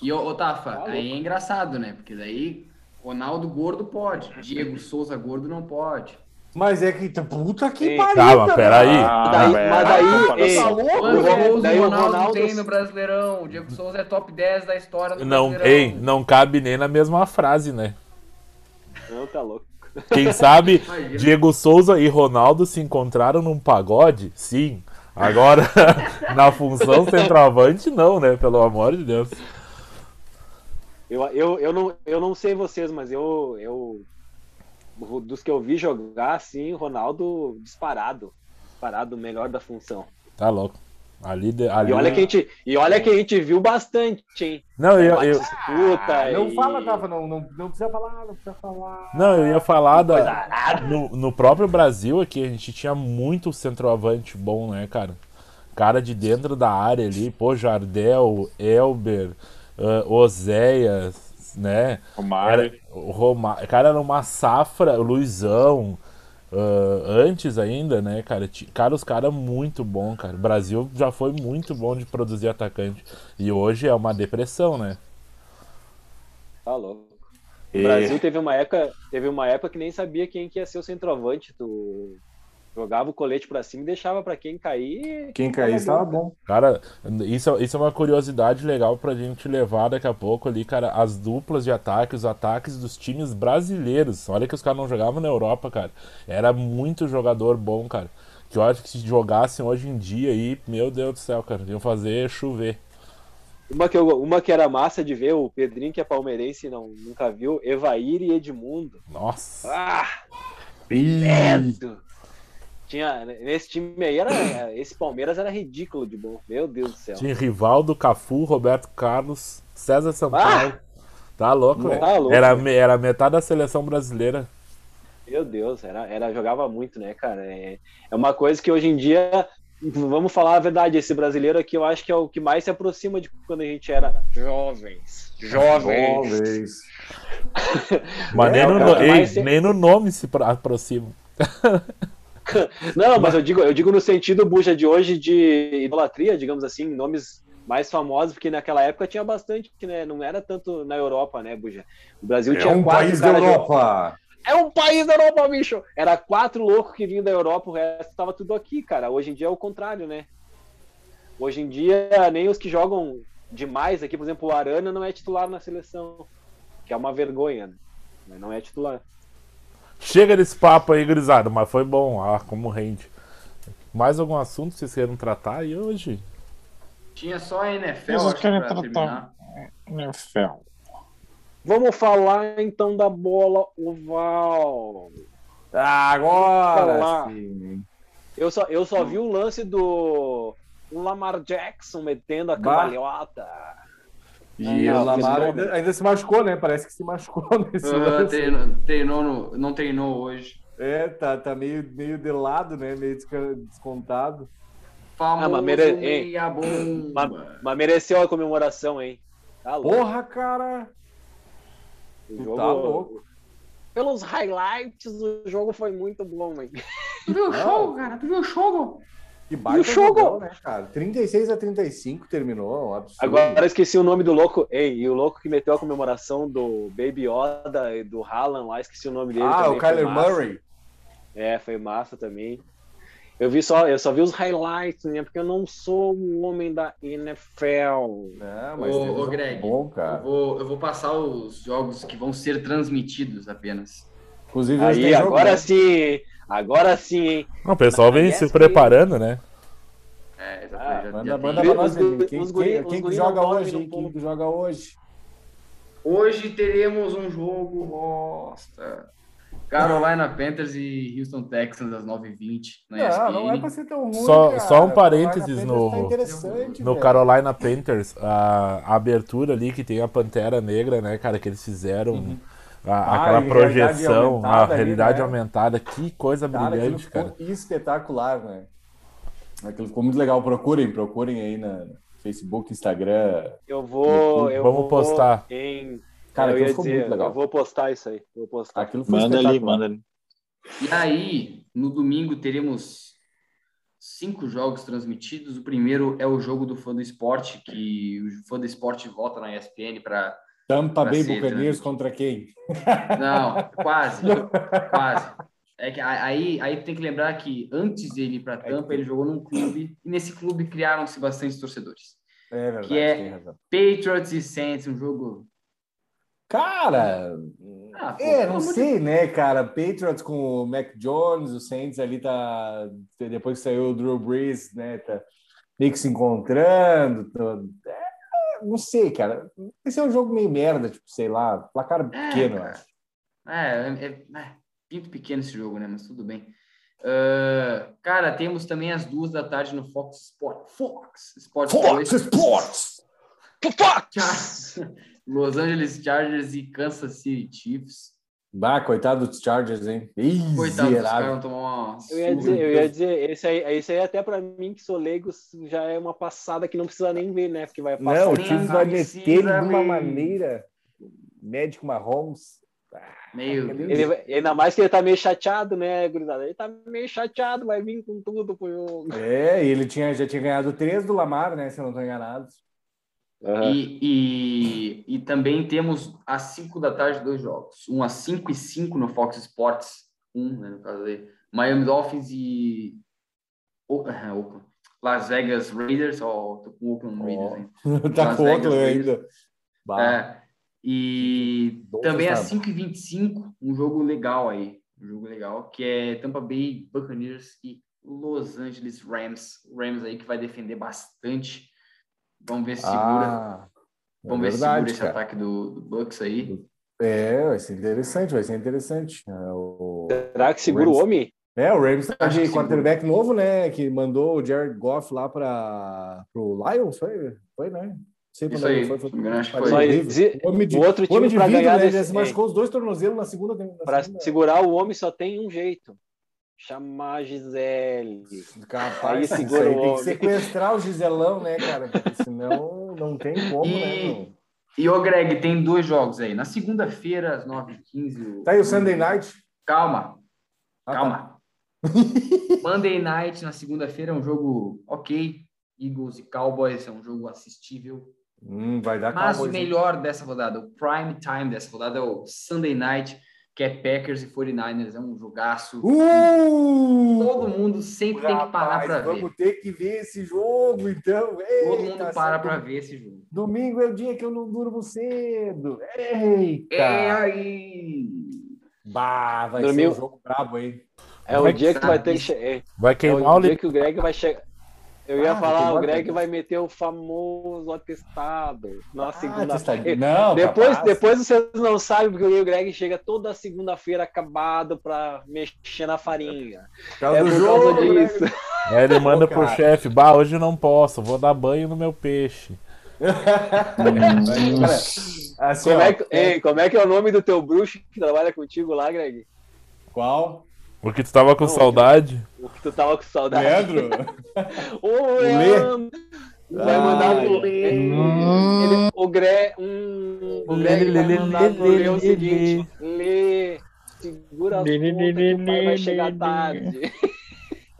D: E o, Tafa,
E: Tá
D: aí é engraçado, né? Porque daí Ronaldo gordo pode, Diego Souza gordo não pode.
G: Mas é que. Puta que
E: Ei,
G: pariu.
C: Calma,
G: cara.
C: peraí.
E: Daí-
B: Ah, velho,
E: mas
B: a
E: daí,
B: comparação.
G: Tá
E: ei,
G: louco,
D: Quantos
E: Ronaldo-
G: velho?
D: gols
E: daí
D: o
E: o
D: Ronaldo,
E: Ronaldo-
D: tem no Brasileirão? O Diego Souza é top 10 da história do
C: Não,
D: Brasileirão.
C: ei, não cabe nem na mesma frase, né?
E: Não, tá louco.
C: Quem sabe
D: Imagina.
C: Diego Souza e Ronaldo se encontraram num pagode? Sim. Agora, na função centroavante, não, né? Pelo amor de Deus.
E: Eu, eu, eu, não, eu não sei vocês, mas eu, eu. Dos que eu vi jogar, assim, o Ronaldo disparado. Disparado, o melhor da função.
C: Tá louco. Ali, de- ali...
E: E olha que a gente, e olha que a gente viu bastante, hein?
C: Não, eu, eu,
F: Ah,
E: Disputa
G: Não
E: e-
G: fala, Tafa, não, não, não precisa falar, não precisa falar.
C: Não, eu ia falar da- no, no próprio Brasil aqui, a gente tinha muito centroavante bom, né, cara? Cara de dentro da área ali, pô, Jardel, Elber, ah, Oséias, né?
B: Romário.
C: Era, o Roma, cara, era uma safra, o Luizão, ah, antes ainda, né, cara? Ti- Cara, os caras muito bom, cara. O Brasil já foi muito bom de produzir atacante. E hoje é uma depressão, né?
E: Tá louco. O Brasil teve uma época, teve uma época que nem sabia quem que ia ser o centroavante. Tu jogava o colete pra cima e deixava pra quem cair.
G: Quem cair estava bom.
C: Cara, isso, isso é uma curiosidade legal pra gente levar daqui a pouco ali, cara. As duplas de ataque, os ataques dos times brasileiros. Olha que os caras não jogavam na Europa, cara. Era muito jogador bom, cara. Que eu acho que se jogassem hoje em dia aí, meu Deus do céu, cara. Iam fazer chover.
E: Uma que, eu- uma que era massa de ver, o Pedrinho, que é palmeirense e não, nunca viu, Evair e Edmundo.
C: Nossa.
E: Ah!
B: Ih,
E: Credo. Tinha, nesse time aí, era, esse Palmeiras era ridículo de bom. Meu Deus do céu.
C: Tinha Rivaldo, Cafu, Roberto Carlos, César Sampaio. Tá louco, velho.
E: Ah! Tá louco,
C: Era, me- era metade da seleção brasileira.
E: Meu Deus, era, era, jogava muito, né, cara? É, é uma coisa que hoje em dia, vamos falar a verdade, esse brasileiro aqui eu acho que é o que mais se aproxima de quando a gente era jovens. Jovens.
G: Talvez.
C: Mas nem,
E: É,
C: no,
E: o cara
C: ei,
E: vai ser-
C: nem no nome se pro- aproxima.
E: Não, mas eu digo, eu digo no sentido buja de hoje de idolatria, digamos assim, nomes mais famosos, porque naquela época tinha bastante, né? Não era tanto na Europa, né, buja? O Brasil
G: É
E: tinha
G: um
E: quatro
G: país da
E: caras de-
G: Europa.
E: É um país da Europa, bicho! Era quatro loucos que vinham da Europa, o resto tava tudo aqui, cara. Hoje em dia é o contrário, né? Hoje em dia, nem os que jogam demais aqui, por exemplo, o Arana não é titular na seleção, que é uma vergonha, né? Mas Não é titular.
C: Chega desse papo aí, gurizada, mas foi bom. Ah, como rende. Mais algum assunto que vocês queiram tratar aí hoje?
D: Tinha só a NFL,
B: Eu só
D: acho,
B: quero
D: pra
B: tratar.
D: terminar.
B: meu ferro.
E: Vamos falar então da bola oval.
G: Ah, Agora
E: Falar.
G: sim.
E: Eu só, eu só vi o lance do Lamar Jackson metendo a
G: Bah.
E: cambalhota.
G: E
E: Ah,
G: o
E: não,
G: Lamar
E: fez
G: ainda,
E: gol.
G: ainda se machucou, né? Parece que se machucou nesse
D: Ah,
G: lance.
E: né?
D: treinou, treinou no- não treinou hoje.
G: É, tá, tá meio, meio de lado, né? Meio desca- descontado.
D: Famoso
E: Ah, mas mere-
D: meia
E: Mas,
D: bomba.
E: mas mereceu a comemoração, hein? Tá louco.
G: Porra, cara!
E: O
G: tu
E: jogo-
G: tá louco.
E: Pelos highlights, o jogo foi muito bom, hein?
D: Tu viu o jogo, cara? Tu viu o jogo?
G: Que baita
E: E o jogo?
G: jogão, né, cara? 36 a 35 terminou, um absurdo.
E: Agora é eu esqueci o nome do louco. Ei, e o louco que meteu a comemoração do Baby Yoda e do Haaland lá, esqueci o nome dele.
G: ah,
E: também,
G: o
E: foi
G: Kyler
E: massa.
G: Murray.
E: É, foi massa também. Eu vi só, eu só vi os highlights, né? Porque eu não sou um homem da NFL.
F: Não,
G: um
D: Ô,
F: teve
D: ô,
F: jogo
D: Greg,
F: bom,
D: Eu
F: cara.
D: vou, eu vou passar os jogos que vão ser transmitidos apenas.
F: Inclusive, hoje
E: Aí,
F: tem jogo,
E: agora
F: né?
E: sim, agora sim, hein?
C: Não, o pessoal vem
E: Ah, Aliás,
C: se
E: que-
C: preparando, né?
D: É,
E: Ah,
D: exatamente. já-
F: Manda,
D: já tem.
F: manda pra nós,
E: Os
F: Guilherme.
E: guri-
F: Quem,
E: os
F: quem,
E: guri-
F: quem
E: os
F: que
E: guri não
F: joga
E: dormem
F: hoje?
E: no
F: hein? Quem
E: ponto.
F: que joga hoje?
D: Hoje teremos um jogo bosta. Carolina Panthers e Houston Texans às 9h20 na
F: Não,
D: ESPN.
F: não é pra ser tão ruim.
C: Só-
F: cara.
C: só um
F: Carolina
C: parênteses
F: Panthers
C: no-
F: Tá interessante,
C: No
F: velho.
C: Carolina Panthers, a, a abertura ali que tem a Pantera Negra, né, cara, que eles fizeram a-
F: Ah,
C: aquela
F: e realidade
C: projeção, a
F: aumentada ali,
C: realidade
F: né?
C: aumentada, que coisa
F: Cara, aquilo
C: brilhante,
F: ficou
C: cara.
F: espetacular, né? Aquilo ficou muito legal. Procurem, procurem aí na Facebook, Instagram.
E: Eu vou. Eu
C: Vamos
E: vou
C: postar.
E: Em...
F: Cara,
E: eu
F: aquilo
E: ia
F: ficou
E: dizer,
F: muito legal. Ah.
E: eu vou postar isso aí. Vou postar.
F: Aquilo foi
B: Manda ali,
F: espetacular.
B: manda ali.
D: E aí, no domingo, teremos cinco jogos transmitidos. O primeiro é o jogo do fã do esporte, que o fã do esporte vota na ESPN para.
F: Tampa
D: Pra
F: Bay
B: né?
D: ser
F: Buccaneers
D: transmitido.
F: contra quem?
D: Não, quase, quase. É que a- aí, aí tu tem que lembrar que antes dele ir para Tampa, ele jogou num clube, e nesse clube criaram-se bastantes torcedores.
F: É verdade,
D: Que é-
F: tem razão.
D: Patriots e Saints, um jogo.
F: Cara,
D: Ah, pô,
F: é,
D: pelo
F: não
D: amor de
F: sei, né, cara? Patriots com o Mac Jones, o Saints ali tá. Depois que saiu o Drew Brees, né? Tá meio que se encontrando. tá- é, não sei, cara. Esse é um jogo meio merda, tipo, sei lá, placar
D: É,
F: pequeno, eu
D: cara.
F: acho.
D: É, é, é, é, pinto pequeno esse jogo, né? Mas tudo bem. Ah, cara, temos também às duas da tarde no Fox Sport. Fox Sports.
F: Fox
D: 2.
F: Sports!
D: Char- Los Angeles Chargers e Kansas City Chiefs.
F: Bah, coitado dos Chargers, hein? Ih,
D: Coitado, os caras
F: zerado.
D: vão tomar uma.
E: Eu ia
D: surra.
E: dizer, eu ia dizer, esse aí, esse aí é até pra mim que sou leigo já é uma passada que não precisa nem ver, né? Porque vai passar.
F: Não, o
D: Nem
F: time vai meter
D: precisa,
F: ele de uma
D: velho.
F: maneira. Médico Mahomes.
D: Meio.
E: Ele, é vai- ainda mais que ele tá meio chateado, né, gurizada? Ele tá meio chateado, vai vir com tudo pro jogo.
F: É, e ele tinha, já tinha ganhado três do Lamar, né? Se eu não estou enganado.
D: E, e, e também temos às 5 da tarde dois jogos. Um às 5 e 5 no Fox Sports 1, né, no caso aí. Miami Dolphins e Oak- ah, Oakland. Las Vegas Raiders. Ó, tô com o Oakland Raiders
F: Ó.
D: ainda.
F: tá
D: Las
F: com o
D: Vegas
F: outro
D: Raiders.
F: ainda. Bah,
D: É, e
F: Dolphins
D: também é às
F: tá-
D: 5 e 25 um jogo legal aí. Um jogo legal, que é Tampa Bay Buccaneers e Los Angeles Rams. Rams aí que vai defender bastante. Vamos ver se assim, segura.
F: ah, é
D: Vamos ver se segura
F: verdade,
D: esse
F: cara.
D: ataque do, do Bucks aí.
F: É, vai ser interessante, vai ser interessante. É, o,
E: Será que segura o homem?
F: é, o Rams tá
D: Acho que
F: de
D: segura.
F: quarterback novo, né? Que mandou o Jared Goff lá para o Lions, foi? Foi, né? Não sei
D: Isso
F: quando
D: aí,
F: ele
D: se não me engano, acho que
F: Parece
E: Só
D: foi.
F: horrível.
E: exi-
F: O homem de-
E: O Um outro
F: o
E: time
F: homem de
E: pra
F: vidro,
E: ganhar
F: né? Ele
E: desse-
F: se machucou os dois tornozelos na segunda. na
E: Pra
F: segunda-
E: segurar o homem só tem um jeito. Chamar a Gisele. Aí
F: Capaz, isso aí
E: segura o
F: tem que
E: homem.
F: sequestrar o Giselão, né, cara? Porque senão não tem como, né?
D: E-
F: meu?
D: E o Greg tem dois jogos aí. Na segunda-feira, às 9h15.
F: Tá aí o Sunday Night.
D: Calma,
F: Ah, tá.
D: calma. Monday Night na segunda-feira é um jogo ok. Eagles e Cowboys é um jogo assistível.
F: Hum, vai dar
D: Mas o
F: Cowboys, hein?
D: melhor dessa rodada, o prime time dessa rodada é o Sunday Night, que é Packers e 49ers. É um jogaço.
F: Uh!
D: Todo mundo sempre tem que parar
F: Rapaz,
D: para ver.
F: Vamos ter que ver esse jogo, então.
D: Todo
F: Eita,
D: mundo para
F: sabe?
D: para ver esse jogo.
F: Domingo é o dia que eu não durmo cedo. Eita!
D: É aí.
F: Bah, vai
E: Dormiu?
F: ser um jogo brabo, hein?
E: É o
C: Vai
E: dia que tu vai ter que.
D: saber.
E: che- é,
C: Vai
E: É
C: queimar o
E: o dia
C: livro.
E: que o Greg vai chegar. Eu ia
F: Ah,
E: falar,
F: tem
E: o
F: nota,
E: Greg
F: né?
E: vai meter o famoso atestado na
F: testadinho.
E: segunda-feira.
F: tá Não,
E: Depois,
F: capaz.
E: depois vocês não sabem porque o Greg chega toda segunda-feira acabado pra mexer na farinha.
F: Por causa
E: É
F: do
E: por
F: jogo,
E: causa
F: né?
E: disso.
C: Aí É, ele manda pro
F: cara.
C: chefe, bah, hoje não posso, vou dar banho no meu peixe.
F: Cara, assim,
E: Como
F: ó,
E: é, que, ei, como é que é o nome do teu bruxo que trabalha contigo lá, Greg?
F: Qual?
C: Porque tu tava com saudade.
E: O que tu tava com saudade?
F: Leandro?
E: Ô,
F: Lê.
E: Leandro! Vai mandar
F: Ai.
E: pro. Ele- o Greg. hum, o Greg
C: Lê, lê,
E: vai mandar
C: lê,
E: pro
C: lê,
E: Lê o
C: lê,
E: seguinte: Lê, segura as pontas que o pai vai chegar tarde.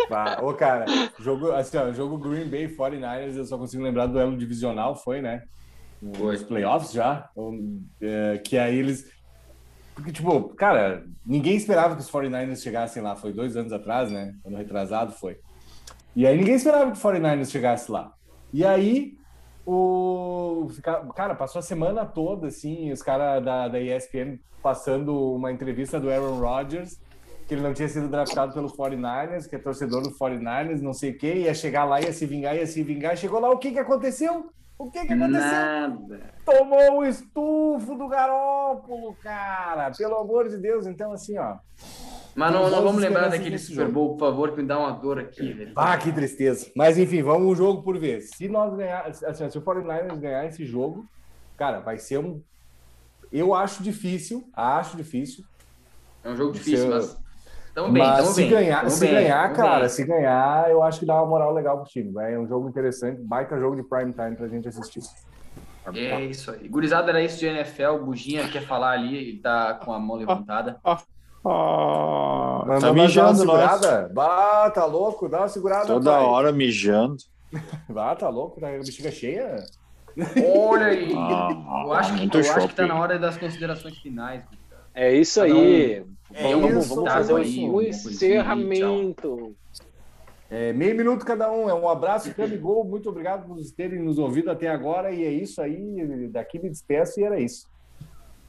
F: Pá, Ô, cara, jogo, assim, ó, jogo Green Bay 49ers, eu só consigo lembrar do duelo então, divisional, foi, né? Os playoffs já. Um, é, que aí eles. Porque, tipo, cara, ninguém esperava que os 49ers chegassem lá. Foi dois anos atrás, né? Ano retrasado foi. E aí ninguém esperava que o 49ers chegasse lá. E aí, o. fica- Cara, passou a semana toda, assim, os caras da, da ESPN passando uma entrevista do Aaron Rodgers, que ele não tinha sido draftado pelo 49ers, que é torcedor do 49ers, não sei o quê, ia chegar lá, ia se vingar, ia se vingar. Chegou lá, o que que aconteceu? O que que aconteceu?
D: Nada.
F: tomou o estufo do Garópolo, cara. Pelo amor de Deus, então assim, ó.
D: Mas não, não
F: Vamos
D: vamos lembrar
F: esperar
D: daquele
F: esse
D: Super Bowl, por favor, que me dá uma dor aqui, velho.
F: Ah, que tristeza. Mas enfim, vamos um jogo por vez. Se nós ganhar, assim, se o 49ers ganhar esse jogo, cara, vai ser um eu acho difícil, acho difícil.
D: É um jogo difícil,
F: Seu-
D: mas. Tamo bem,
F: mas
D: tamo
F: se
D: bem.
F: ganhar,
D: tamo
F: se
D: bem,
F: ganhar,
D: tamo
F: cara,
D: bem. É
F: se ganhar, eu acho que dá uma moral legal pro time. vai. É um jogo interessante, baita jogo de prime time pra gente assistir.
D: É isso aí. Gurizada, era isso de NFL. Buginha quer falar ali, ele tá com a mão levantada.
B: Ah, tá
F: Mas não vai dar uma
B: mijando nós.
F: segurada? Bah, tá louco, dá uma segurada.
B: Toda
F: pai.
B: hora mijando.
F: Bah, tá louco, tá com a bexiga cheia.
D: Olha aí.
B: Ah,
D: Eu acho que,
B: muito
D: eu acho que
B: shopping.
D: tá na hora das considerações finais. Guga.
E: É isso
D: Cada
E: aí.
F: É
E: vamos,
F: isso,
D: Tá
E: vamos fazer o
D: aí,
E: o
D: uma coisinha aí,
E: encerramento.
F: É, meio minuto cada um. É um abraço, Gabigol. Muito obrigado por terem nos ouvido até agora. E é isso aí. Daqui me despeço e era isso.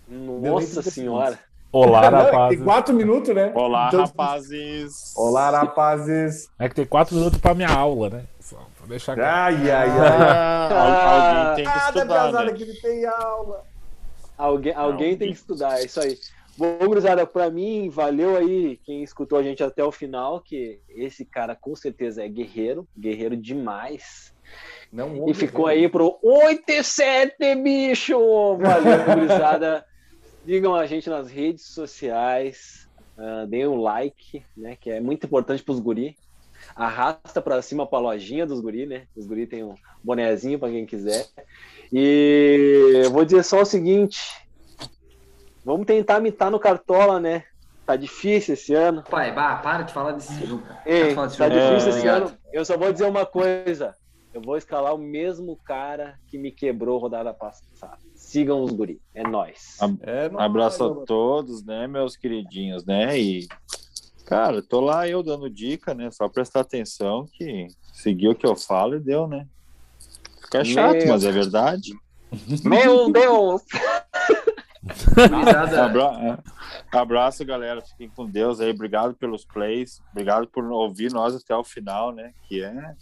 E: Nossa senhora.
C: Olá,
F: Não, é que
C: rapaz.
F: Tem quatro minutos, né?
B: Olá,
F: Então,
B: rapazes. Ah,
F: Olá, rapazes.
C: É que tem quatro minutos pra minha aula, né? Só pra deixar claro.
F: Ai, ai, ai.
B: Ah, al- alguém tem que
F: Ah, da
B: estudar,
F: pesada
B: né?
F: que ele tem aula.
E: Alguém, alguém tem que estudar, é isso aí. Bom, gurizada, pra mim, valeu aí quem escutou a gente até o final, que esse cara com certeza é guerreiro, guerreiro demais.
F: Não
E: E
F: ouve,
E: ficou
F: né?
E: aí pro 87, bicho! Valeu, gurizada. Digam a gente nas redes sociais, ah, deem um like, né? Que é muito importante pros guri. Arrasta pra cima pra lojinha dos guri, né? Os guri tem um bonezinho pra quem quiser. E eu vou dizer só o seguinte: vamos tentar mitar no cartola, né? Tá difícil esse ano.
D: Pai, bah, para de falar desse jogo, cara. Para
E: Ei,
D: de falar
E: tá
D: desse jogo.
B: É,
E: difícil esse
D: Obrigado.
E: ano. Eu só vou dizer uma coisa. Eu vou escalar o mesmo cara que me quebrou rodada passada. Sigam os guri. É nóis.
B: Ah,
F: É, não
B: Abraço
F: vai, não
B: a todos, né, meus queridinhos, né? E, cara, tô lá eu dando dica, né? Só prestar atenção que seguiu o que eu falo e deu, né? Fica chato,
E: Meu.
B: mas é verdade.
E: Meu Deus! É.
B: Tá
D: Gurizada,
B: Abra... é. Abraço, galera. Fiquem com Deus aí. Obrigado pelos plays. Obrigado por ouvir nós até o final, né? Que é.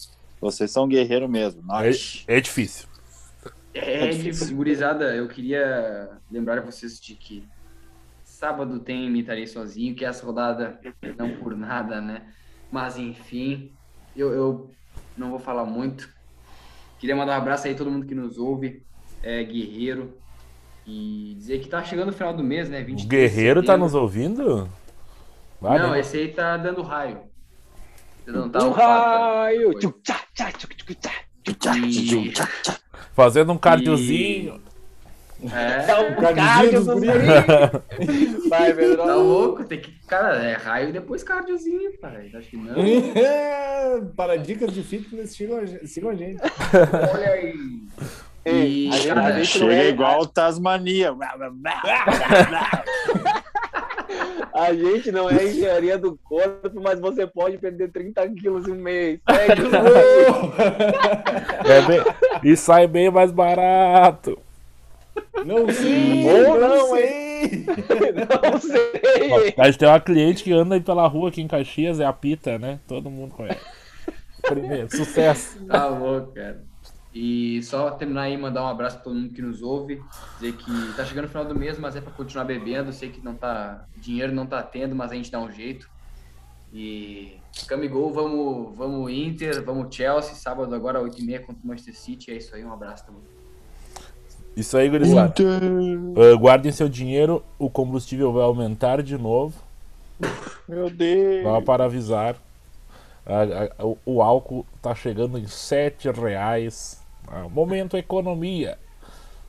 B: Vocês são guerreiro mesmo. Nós.
C: É, é difícil.
D: É, de- gurizada, eu queria lembrar a vocês de que sábado tem Me Tarei Sozinho, que é essa rodada não por nada, né? Mas enfim, eu, eu não vou falar muito. Queria mandar um abraço aí a todo mundo que nos ouve, é guerreiro, e dizer que tá chegando o final do mês, né?
C: O
D: 23 de
C: Guerreiro tá
D: setembro.
C: nos ouvindo? Vai,
D: Não,
C: né?
D: esse aí tá dando raio. Ele não tá
E: um
D: ocupado,
E: raio!
D: Foi.
E: Tchuc, tchá, tchá, tchuc, tchuc, tchá.
D: cara. E-
C: Fazendo um cardiozinho.
D: É,
E: Dá um
F: Camisinha
E: cardio
F: dos
E: dos
F: guri.
E: guri. Vai, Pedro.
D: Tá louco? Tem que. Cara, é raio e depois cardiozinho, cara. Acho que não.
F: É, Para dicas de fitness, sigam a gente. sigam a gente.
D: Olha aí. E,
E: Ei, a gente- a
D: cara,
E: gente não
B: Chega
E: é-
B: igual o Tasmania.
E: A gente não é engenharia do corpo, mas você pode perder 30 quilos em um mês. Segue os guri.
C: É bem- E sai bem mais barato.
F: Não sei.
E: Ou
F: não,
E: não,
F: sei.
E: Não sei.
C: Ó, A gente tem uma cliente que anda aí pela rua aqui em Caxias, é a Pita, né? Todo mundo conhece. Primeiro, sucesso.
D: Tá louco, cara. E só terminar aí, mandar um abraço pra todo mundo que nos ouve. Dizer que tá chegando o final do mês, mas é pra continuar bebendo. Sei que não tá. Dinheiro não tá tendo, mas a gente dá um jeito. E. Camigol, vamos, vamos Inter, vamos Chelsea, sábado agora, 8h30 contra o Manchester City. É isso aí, um abraço também.
C: Isso aí, gurizada. Ah, guardem seu dinheiro, o combustível vai aumentar de novo.
B: Meu Deus.
C: Só para avisar. A- a- o- o álcool tá chegando em 7 reais. Ah, Momento economia.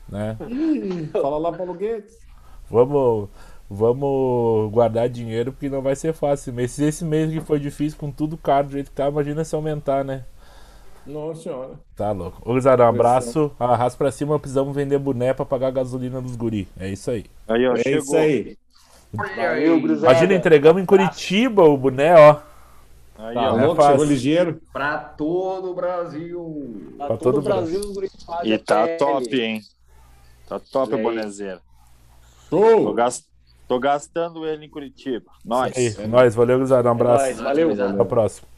C: Né?
F: Fala lá, Paulo Guedes.
C: Vamos, vamos guardar dinheiro porque não vai ser fácil. Mas se esse mês que foi difícil com tudo caro do jeito que tá, imagina se aumentar, né?
F: Nossa senhora.
C: Tá louco. Ô, Guizada, um abraço. Arrasta pra cima, precisamos vender boné pra pagar a gasolina dos guri. É isso aí.
B: Aí, ó,
F: É
B: chegou.
F: isso aí.
E: Valeu, gurizada.
C: Imagina, entregamos em Curitiba o boné, ó.
B: Aí,
F: Tá
B: ó.
C: é
F: louco,
C: fácil.
F: chegou ligeiro.
D: Pra todo o Brasil.
E: Tá
C: Pra
E: todo
C: todo
E: o Brasil, os guris fazem
B: E tá
E: pele.
B: top, hein? Tá top,
E: Olha aí.
B: bonezeira. Tô,
F: Show!
B: gas- tô gastando ele em Curitiba. Nós.
C: Aí, é nóis, valeu, gurizada. Um abraço.
E: nóis, valeu.
C: Até a próxima.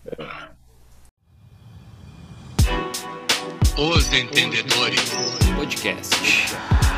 A: Os Entendedores Podcast.